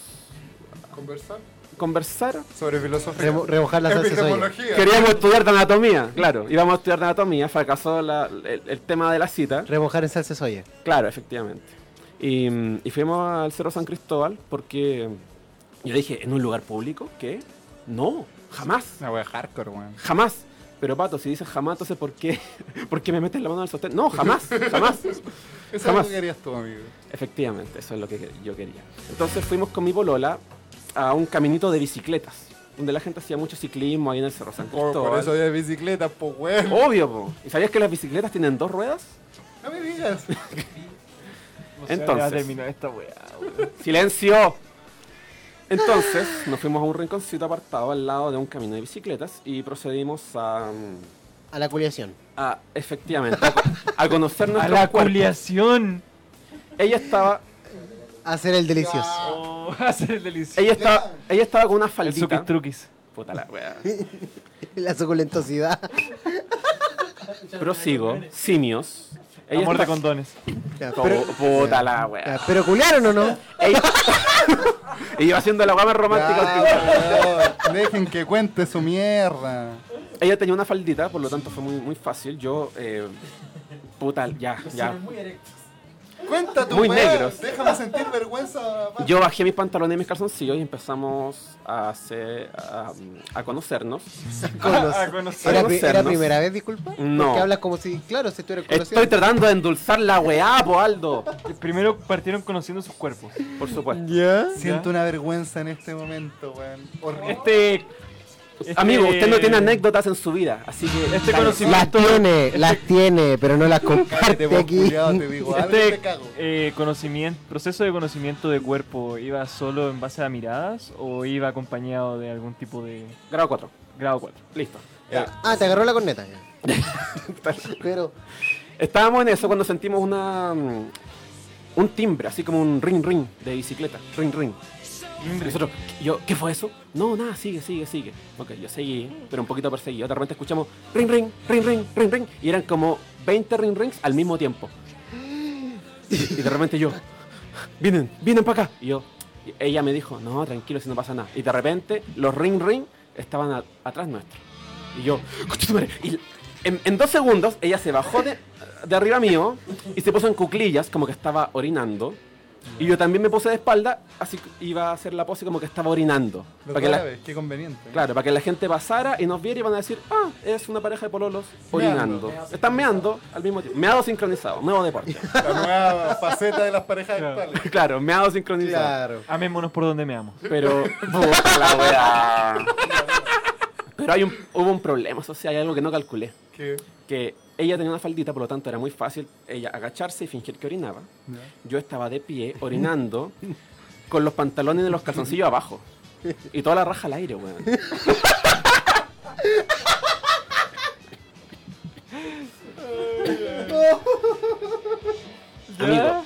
Conversar conversar. sobre filosofía. Remo- remojar las salsa de soya. Epistemología. Queríamos estudiar de anatomía, claro. Íbamos a estudiar de anatomía, fracasó la- el, el tema de la cita. Remojar en salsa de soya. Claro, efectivamente. Y, mm, y fuimos al Cerro San Cristóbal porque mm, yo dije, ¿en un lugar público? ¿Qué? No, jamás. Una wea hardcore, weón. Jamás. Pero Pato, si dices jamás, entonces ¿por qué, ¿por qué me metes la mano en el sostén? No, jamás, jamás. Eso es Jamás. lo que querías tú, amigo. Efectivamente, eso es lo que yo quería. Entonces fuimos con mi polola a un caminito de bicicletas, donde la gente hacía mucho ciclismo ahí en el Cerro San Por, Cristóbal. Oh, por eso de bicicleta, pues, weón. Obvio, po. ¿Y sabías que las bicicletas tienen dos ruedas? No me digas. Entonces. Ya terminó esta weá, weón. ¡Silencio! Entonces, nos fuimos a un rinconcito apartado al lado de un camino de bicicletas y procedimos a... A la culiación. a- efectivamente, a, a conocer A nuestro la cuerpo. culiación. Ella estaba A hacer el delicioso. Oh, hacer el delicioso. Ella estaba, ella estaba con una El faldita. truquis. Puta la wea. La suculentosidad. Prosigo. Simios. Ella Amor de está- condones. Ya, Po- pero, Puta la wea. ya, pero cularon o no? Ella... Ella va haciendo la wea más romántica. Ya, al final. weón, Dejen que cuente su mierda. Ella tenía una faldita, por lo tanto fue muy, muy fácil. Yo, eh, puta, ya, ya. Cuenta tu Muy weá, negros. Déjame sentir vergüenza. papá. Yo bajé mis pantalones y mis calzoncillos y empezamos a, hacer, a, a conocernos. Ah, conocer. ¿Era, pri- era conocernos. primera vez, disculpa? No. Porque hablas como si, claro, si tú eres conocido. Estoy tratando de endulzar la weá, po, Aldo. Primero partieron conociendo sus cuerpos. Por supuesto. Siento una vergüenza en este momento, weón. Horrible. Este. este- Amigo, usted no tiene anécdotas en su vida, así que... Este Las conocimiento. tiene, las tiene, pero no las Cállate, comparte vos, aquí. culiao, te digo algo y Este te cago. eh, conocimiento, proceso de conocimiento de cuerpo, ¿iba solo en base a miradas o iba acompañado de algún tipo de Grado 4. grado 4? Listo. Ah, te agarró la corneta. pero, Estábamos en eso cuando sentimos una mm, un timbre, así como un ring ring de bicicleta, ring ring. Y Nosotros, yo, ¿qué fue eso? No, nada, sigue, sigue, sigue. Ok, yo seguí, pero un poquito perseguido. De repente escuchamos ring ring, ring ring, ring ring, y eran como 20 ring rings al mismo tiempo. Y, y de repente yo, vienen, vienen para acá. Y yo, y ella me dijo, no, tranquilo, si no pasa nada. Y de repente los ring ring estaban a- atrás nuestro. Y yo, "Concha tu madre". Y en, en dos segundos ella se bajó de, de arriba mío y se puso en cuclillas como que estaba orinando. Y yo también me puse de espalda, así que iba a hacer la pose como que estaba orinando. Lo Para que la- grave, qué conveniente. claro, para que la gente pasara y nos viera y van a decir, ah, es una pareja de pololos orinando. Están meando al mismo tiempo. Meado sincronizado, nuevo deporte. La nueva faceta de las parejas Claro. actuales. claro, meado sincronizado. claro. Amémonos por donde me amo. Pero. Puta la weá. Pero hay un, hubo un problema, o sea, hay algo que no calculé. Que- Que ella tenía una faldita, por lo tanto era muy fácil ella agacharse y fingir que orinaba. Yo estaba de pie, orinando, con los pantalones de los calzoncillos abajo. Y toda la raja al aire, weón. Amigo,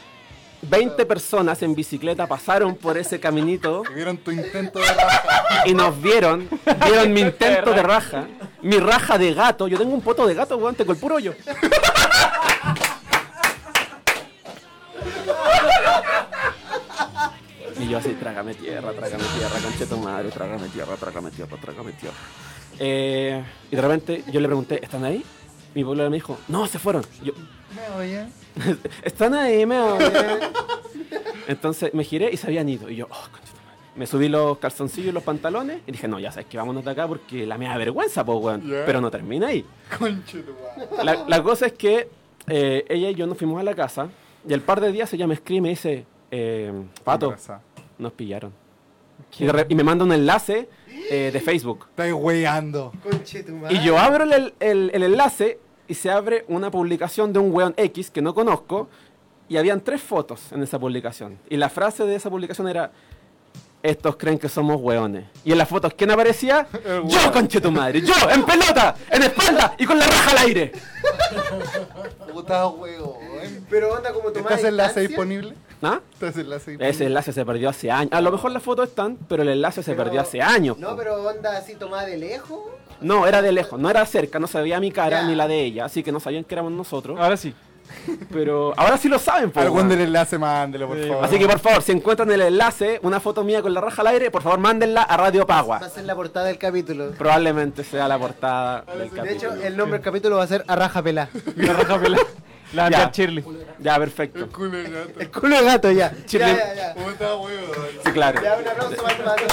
20 personas en bicicleta pasaron por ese caminito que vieron tu intento de raja. y nos vieron, vieron mi intento de raja, mi raja de gato, yo tengo un poto de gato, weón, tengo el puro hoyo. Y yo así, trágame tierra, trágame tierra, conche tu madre, trágame tierra, trágame tierra, trágame tierra. Eh, y de repente yo le pregunté, ¿están ahí? Mi pueblo me dijo, no, se fueron. Yo, Me oye. están ahí, me odian. Entonces me giré y se habían ido. Y yo, oh, concha tu madre. Me subí los calzoncillos y los pantalones y dije, no, ya sabes que vámonos de acá porque la me da vergüenza, po, weón. Ya. Pero no termina ahí. Conche tu madre. La, la cosa es que eh, ella y yo nos fuimos a la casa y al par de días ella me escribe y me dice, eh, Pato, Raza. nos pillaron. Y, de re- y me manda un enlace eh, de Facebook. Estáis weando. Y yo abro el, el- el enlace y se abre una publicación de un weón X que no conozco. Y habían tres fotos en esa publicación. Y la frase de esa publicación era: Estos creen que somos weones. Y en las fotos, ¿quién aparecía? yo, conche tu madre. Yo, en pelota, en espalda y con la raja al aire. Puta weón. Pero onda como ¿Está ese enlace disponible? ¿Ah? ¿Está ese enlace disponible? Ese enlace se perdió hace años. A lo mejor las fotos están, pero el enlace se perdió hace años. No, pero onda así tomada de lejos. No, era de lejos, no era cerca, no se veía mi cara Ya. Ah. ni la de ella, así que no sabían que éramos nosotros. Ahora sí. Pero ahora sí lo saben, po, Algún weón. del enlace, mándelo, por Sí, favor. Así que por favor, si encuentran el enlace, una foto mía con la raja al aire, por favor mándenla a Radio Va a Pagua. ser la portada del capítulo. Probablemente sea la portada del capítulo. De hecho, eh, el nombre del capítulo va a ser Arraja Pelá. La raja pelada. La Ya. Andrea Shirley. Ya, perfecto. Culo de gato. El culo de gato ya. Chile. Ya, ya, ya. Puta weón. Sí, claro. Ya, un aplauso para el Pato.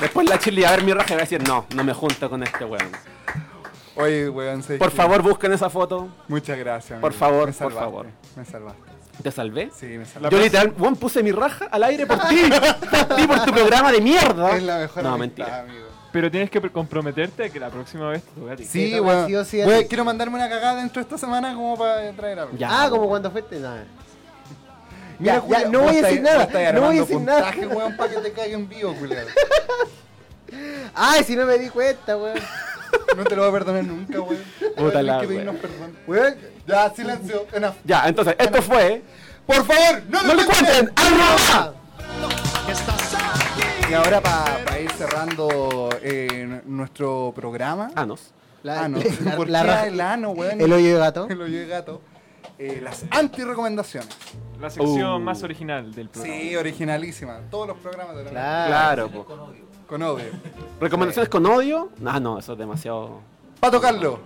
Después la chile a ver mi raja y va a decir, no, no me junto con este weón. Oye, weón, sé Por que- favor, busquen esa foto. Muchas gracias. Por amigo. favor, Me por salvaste, favor. Me salvaste. ¿Te salvé? Sí, me salvaste. Yo literal, weón, puse mi raja al aire por ti. Por ti, por tu programa de mierda. Es la mejor ¿ah? No, amistad, mentira. amigo. Pero tienes que comprometerte a que la próxima vez te toca a ti. Sí, toca weón. sí o sí a Weón, ti. quiero mandarme una cagada dentro de esta semana como para traer algo. Ya. Ah, como cuando fuiste. Nada. Mira, Ya, Julia, ya, no vos voy a estáis- decir nada, vos estáis no voy a armando decir nada. puntaje, weón, para que te caiga en vivo, culiao. Ay, si no me di cuenta, weón. No te lo voy a perdonar nunca, weón. Puta la que wea. pedirnos perdón. Weón, Ya, silencio, enough. Ya, entonces, esto fue. Por favor, no, ¡No me le cuenten! ¡Arroba! Y ahora para ir cerrando eh, nuestro programa. Anos. la, Ah, no. la- ¿Por la qué raja- el ano, weón? el hoyo de gato. El hoyo de gato. eh, las anti-recomendaciones. La sección Uh. más original del programa. Sí, originalísima. Todos los programas de la Claro, po. Con odio. ¿Recomendaciones con odio? No, no, eso es demasiado. Pato Carlos.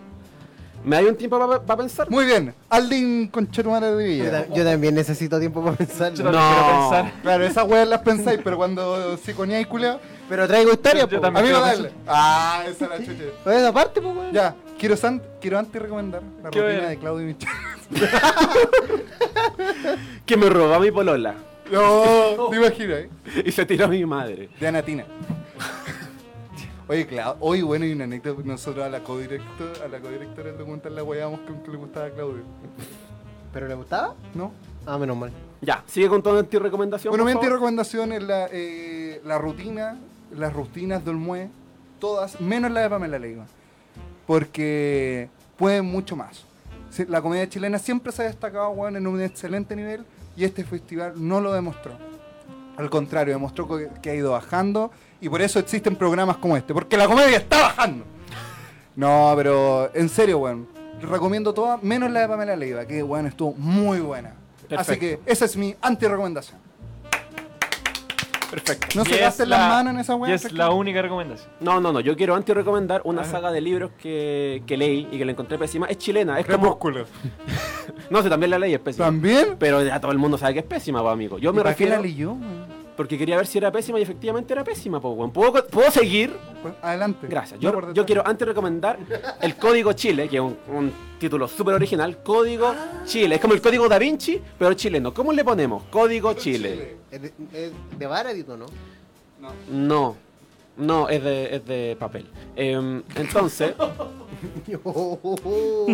¿Me hay un tiempo para pensar? Muy bien. Aldin Conchetumare de Yo, Villa. ta- yo también necesito tiempo para pensarlo. No. Claro, esas weas las pensáis, pero cuando siconeáis, culeo. Pero traigo historia, Yo- yo po. también. Amigo, creo que dale. Ah, esa es la chucha. Pues esa parte, po, weón. Ya, quiero, san- quiero antes recomendar la Qué rutina bueno. de Claudio Michel. Que me robó mi polola No, te imaginas, eh. y se tiró a mi madre. De Anatina. Oye, claro, hoy bueno, hay una anécdota. Nosotros a la codirectora, a la codirectora del documental la weábamos con que le gustaba a Claudio. ¿Pero le gustaba? ¿No? Ah, menos mal. Ya, sigue con toda tu recomendación. Bueno, mi por favor. recomendación es la, eh, la rutina, las rutinas de Olmue, todas, menos la de Pamela Leiva. Porque pueden mucho más. Sí, La comedia chilena siempre se ha destacado weón, en un excelente nivel y este festival no lo demostró. Al contrario, demostró que, que ha ido bajando y por eso existen programas como este, porque la comedia está bajando. No, pero en serio, weón. Recomiendo todas, menos la de Pamela Leiva, que weón estuvo muy buena. Así que Perfecto. esa es mi anti-recomendación. Perfecto. No Y se es gasten la- las manos en esa Y weá. es la única recomendación. No, no, no. Yo quiero antes recomendar una saga de libros que, que leí y que la encontré pésima. Es chilena, es como. No sé, también la leí es pésima. ¿También? Pero ya todo el mundo sabe que es pésima, po, amigo. Yo me ¿Para qué la refiero. leyó? Porque quería ver si era pésima y efectivamente era pésima, po, weón. ¿Puedo, co- ¿Puedo seguir? Pues, adelante. Gracias. No Yo, por detrás. yo quiero antes recomendar el Código Chile, que es un, un título súper original. Código Chile. Es como el Código Da Vinci, pero chileno. ¿Cómo le ponemos? Código Chile. Es de, es de Baradit, ¿o ¿no? No. No, es de, es de papel. Em, entonces,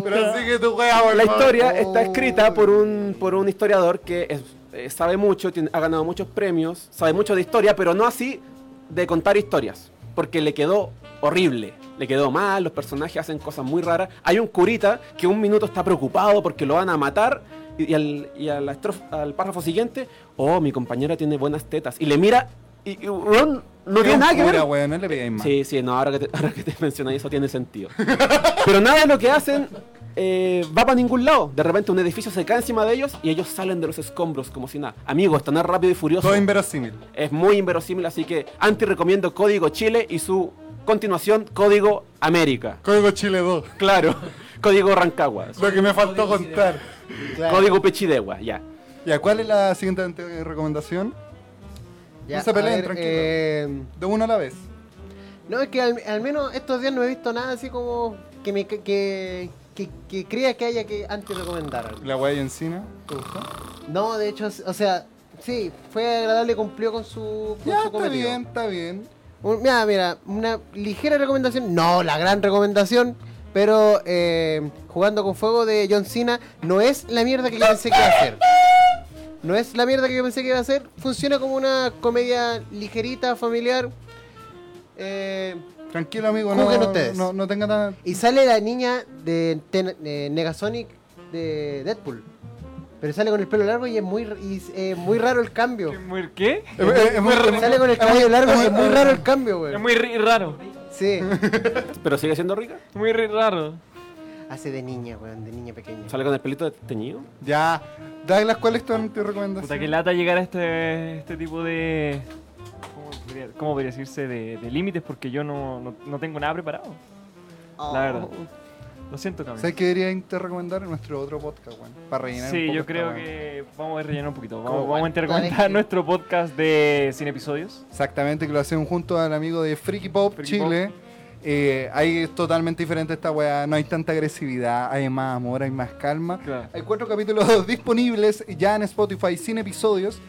Pero sigue tu weá, por la favor. historia está escrita por un, por un historiador que es- eh, sabe mucho, tiene- ha ganado muchos premios, sabe mucho de historia, pero no así de contar historias, porque le quedó horrible. Le quedó mal, los personajes hacen cosas muy raras. Hay un curita que un minuto está preocupado porque lo van a matar y, y al, y a la estrof- al párrafo siguiente, oh, mi compañera tiene buenas tetas. Y le mira y, y, weón, no Qué tiene nada que ver. oscura, weón, no le pegáis más. Sí, sí, no, ahora que te, ahora que te mencionas eso tiene sentido. Pero nada de lo que hacen eh, va para ningún lado. De repente un edificio se cae encima de ellos y ellos salen de los escombros como si nada. Amigos, esto no es rápido y furioso. Todo inverosímil. es muy inverosímil, así que anti recomiendo Código Chile y su continuación Código América. Código Chile 2. Claro, Código Rancagua. Lo que me faltó contar. Código Pechidegua, ya. Ya, ¿cuál es la siguiente ante- eh, recomendación? No se peleen, tranquilo. eh, De uno a la vez. no, es que al, al menos estos días no he visto nada así como que me que, que, que crea que haya que antes recomendar. La weá y encina. ¿Te gustó? No, de hecho, o sea, sí, fue agradable, cumplió con su, con Ya, su está cometido. bien, está bien. Un- mira, mira, una ligera recomendación, no la gran recomendación, pero eh, jugando con fuego de John Cena no es la mierda que yo pensé que iba a ser. No es la mierda que yo pensé que iba a ser. Funciona como una comedia ligerita, familiar. Eh, Tranquilo, amigo. Juzguen No, ustedes. no, no tenga tan... y sale la niña de, Ten- eh, Negasonic de Deadpool. Pero sale con el pelo largo y es muy, r- y es, eh, muy raro el cambio. ¿Qué- muy- ¿Qué? Es- es- es muy- Sale con el cabello largo y es muy raro el cambio, Es güey. muy ri- raro. Sí. Pero sigue siendo rica. Muy ri- raro. Hace de niña, weón, de niña pequeña. Sale con el pelito teñido. Ya. Douglas, ¿cuál es tu ante- Puta, recomendación? que lata llegar a este, este tipo de... ¿Cómo podría, cómo podría decirse? De, de límites, porque yo no, no, no tengo nada preparado. La verdad. Oh. Oh. Lo siento, Camilo. ¿Sabes qué debería te recomendar en nuestro otro podcast, weón? Para rellenar un Sí, poco yo esta creo weá. que vamos a rellenar un poquito. Como Vamos, vamos a cuántas interconectar veces- nuestro podcast de Cine Episodios. Exactamente, que lo hacemos junto al amigo de Freaky Pop Freaky Chile. Eh, ahí es totalmente diferente esta weá. No hay tanta agresividad, hay más amor, hay más calma. Claro. Hay cuatro capítulos disponibles ya en Spotify sin episodios.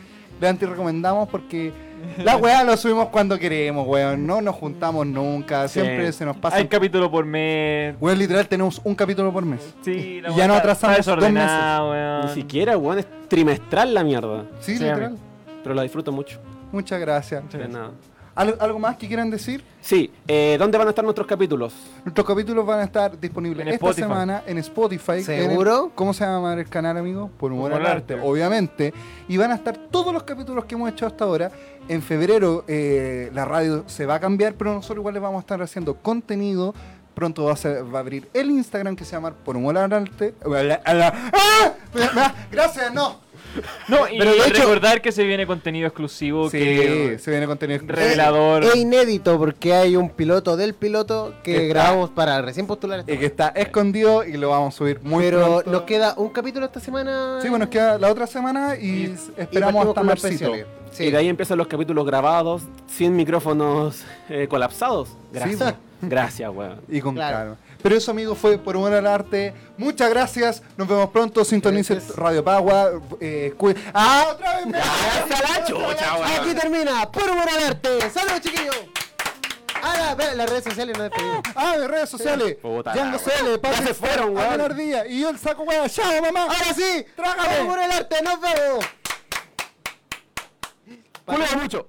Les recomendamos porque la weá lo subimos cuando queremos, weón. No nos juntamos nunca, siempre Sí. se nos pasa. Eh, Hay capítulo por mes. Weón, literal, tenemos un capítulo por mes. Sí, la Y weá ya no está- atrasamos está dos meses. desordenada, weón. Ni siquiera, weón, es trimestral la mierda. Sí, Sí, literal. amigo. Pero la disfruto mucho. Muchas gracias. De nada. ¿Al- ¿Algo más que quieran decir? Sí, eh, ¿dónde van a estar nuestros capítulos? Nuestros capítulos van a estar disponibles En esta Spotify. semana en Spotify. en el- ¿Seguro? ¿Cómo se llama el canal, amigo? Por humor, Humor al al arte, Arte. obviamente. Y van a estar todos los capítulos que hemos hecho hasta ahora. En febrero eh, la radio se va a cambiar, pero nosotros igual les vamos a estar haciendo contenido Pronto va a, ser- va a abrir el Instagram que se llama Por Humor al Arte. ¡Ah! Gracias, no. No, y Pero de hecho- recordar que se viene contenido exclusivo Sí, que se viene contenido exclusivo. revelador. Es inédito porque hay un piloto del piloto que Está- grabamos para recién postular. esta- Y que está escondido y lo vamos a subir muy Pero pronto. nos queda un capítulo esta semana. Sí, bueno, nos queda la otra semana y, y partimos esperamos hasta con los marcito. especiales. Y de ahí empiezan los capítulos grabados, sin micrófonos eh, colapsados. Gracias. Gracias, weón. Y con Claro. calma. Pero eso, amigos, fue por Humor al Arte. Muchas gracias. Nos vemos pronto. Sintonice Gracias. Radio Pagua. Eh, cu- ¡Ah, otra vez! me- Aquí termina Por Humor al Arte. Eh, ¡Saludos, chiquillos! Ah, la- espera, las redes sociales nos despedimos. ¡Ah, mis redes sociales! Puta la Yango CL, Pablo Ya se fueron, Instagram, weón. Alan Ardilla y yo el saco weón. ¡Chao, mamá! ¡Ahora sí! Trágame. ¡Por Humor al Arte! ¡Nos vemos! Culea mucho!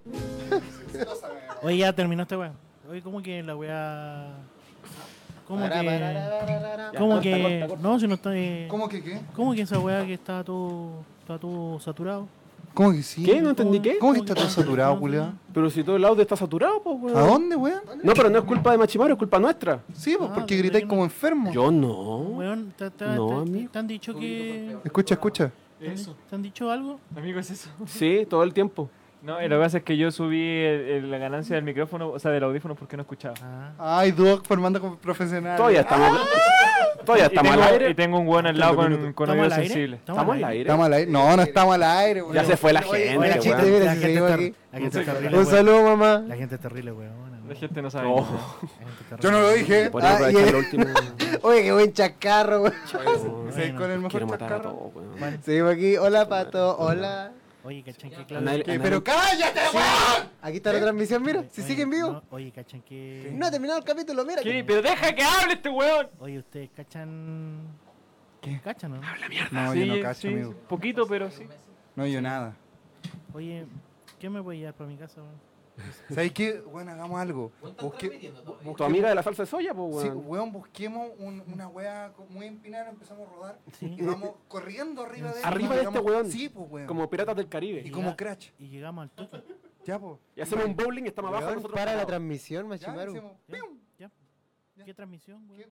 Oye, ya terminó esta weá. Oye, ¿cómo que la weá. ¿Cómo que.? ¿Cómo que.? No, si no está. eh, ¿Cómo que qué? ¿Cómo que esa weá que está todo. Está todo saturado? ¿Cómo que sí? ¿Qué? ¿No entendí qué? ¿Cómo que está todo saturado, culiao? Pero si todo el audio está saturado, pues, ¿A weón. dónde, weón? No, pero no es culpa de Machimaru, es culpa nuestra. Sí, pues Ah, porque pero gritáis yo no- como enfermo. Yo no. Weón, ta- ta- No, ta- amigo. ¿te han dicho que. Escucha, escucha. ¿te han- ¿Te han dicho algo? Amigo, es eso. Sí, todo el tiempo. No, y lo que pasa es que yo subí el- el- la ganancia del micrófono, o sea, del audífono porque no escuchaba. Ah. Ay, Doc, formando como profesional. Todavía estamos. Todavía y, estamos tengo, al y aire. tengo un weón al lado Treinta con, minutos. con ¿Estamos oídos al aire? sensibles. Estamos al aire. ¿Estamos al aire? No, no estamos al aire, weón. Ya se fue la Oye, gente, chiste, Este weón. mira, La si gente seguimos es aquí. terri- la gente es terrible. Un weón. saludo, mamá. La gente es terrible, weón. La gente no sabe. Oh, La gente es terrible. Yo no lo dije. por Ah, eso aprovechar y- lo último. Oye, qué buen chacarro, weón. Sí, con el mejor Quiero matar a chacarro. todos, weón. Seguimos aquí. Hola, Pato. Hola. Oye, cachan que A claro. nadie- a Eh, nadie- pero cállate, weón. Aquí está la transmisión, mira. Si Oye, sigue en vivo. no, oye, cachan que. No ha terminado el capítulo, mira. ¿Qué? Pero deja que hable este weón. Oye, ustedes cachan. ¿Qué? ¿Cachan o no? No, sí, yo no Ah, cacho, sí, amigo. poquito, pero sí. No, yo nada. Oye, ¿qué me voy a llevar para mi casa, weón? ¿Sabes qué? Bueno, hagamos algo. Busque- Tu amiga de la salsa de soya, pues, Sí, weón. weón, busquemos un- una wea co- muy empinada, empezamos a rodar Sí. y vamos corriendo arriba de él. Arriba de y llegamos- este weón. Sí, pues weón. Como piratas del y Caribe. como Ya. crash. Y llegamos al toque. Ya, pues. Y hacemos un bowling y estamos abajo. Weón, nosotros Para la parados. transmisión, Ya, Machimaru. hicimos- Ya, ¡Pium! ya. ¿Qué transmisión, weón?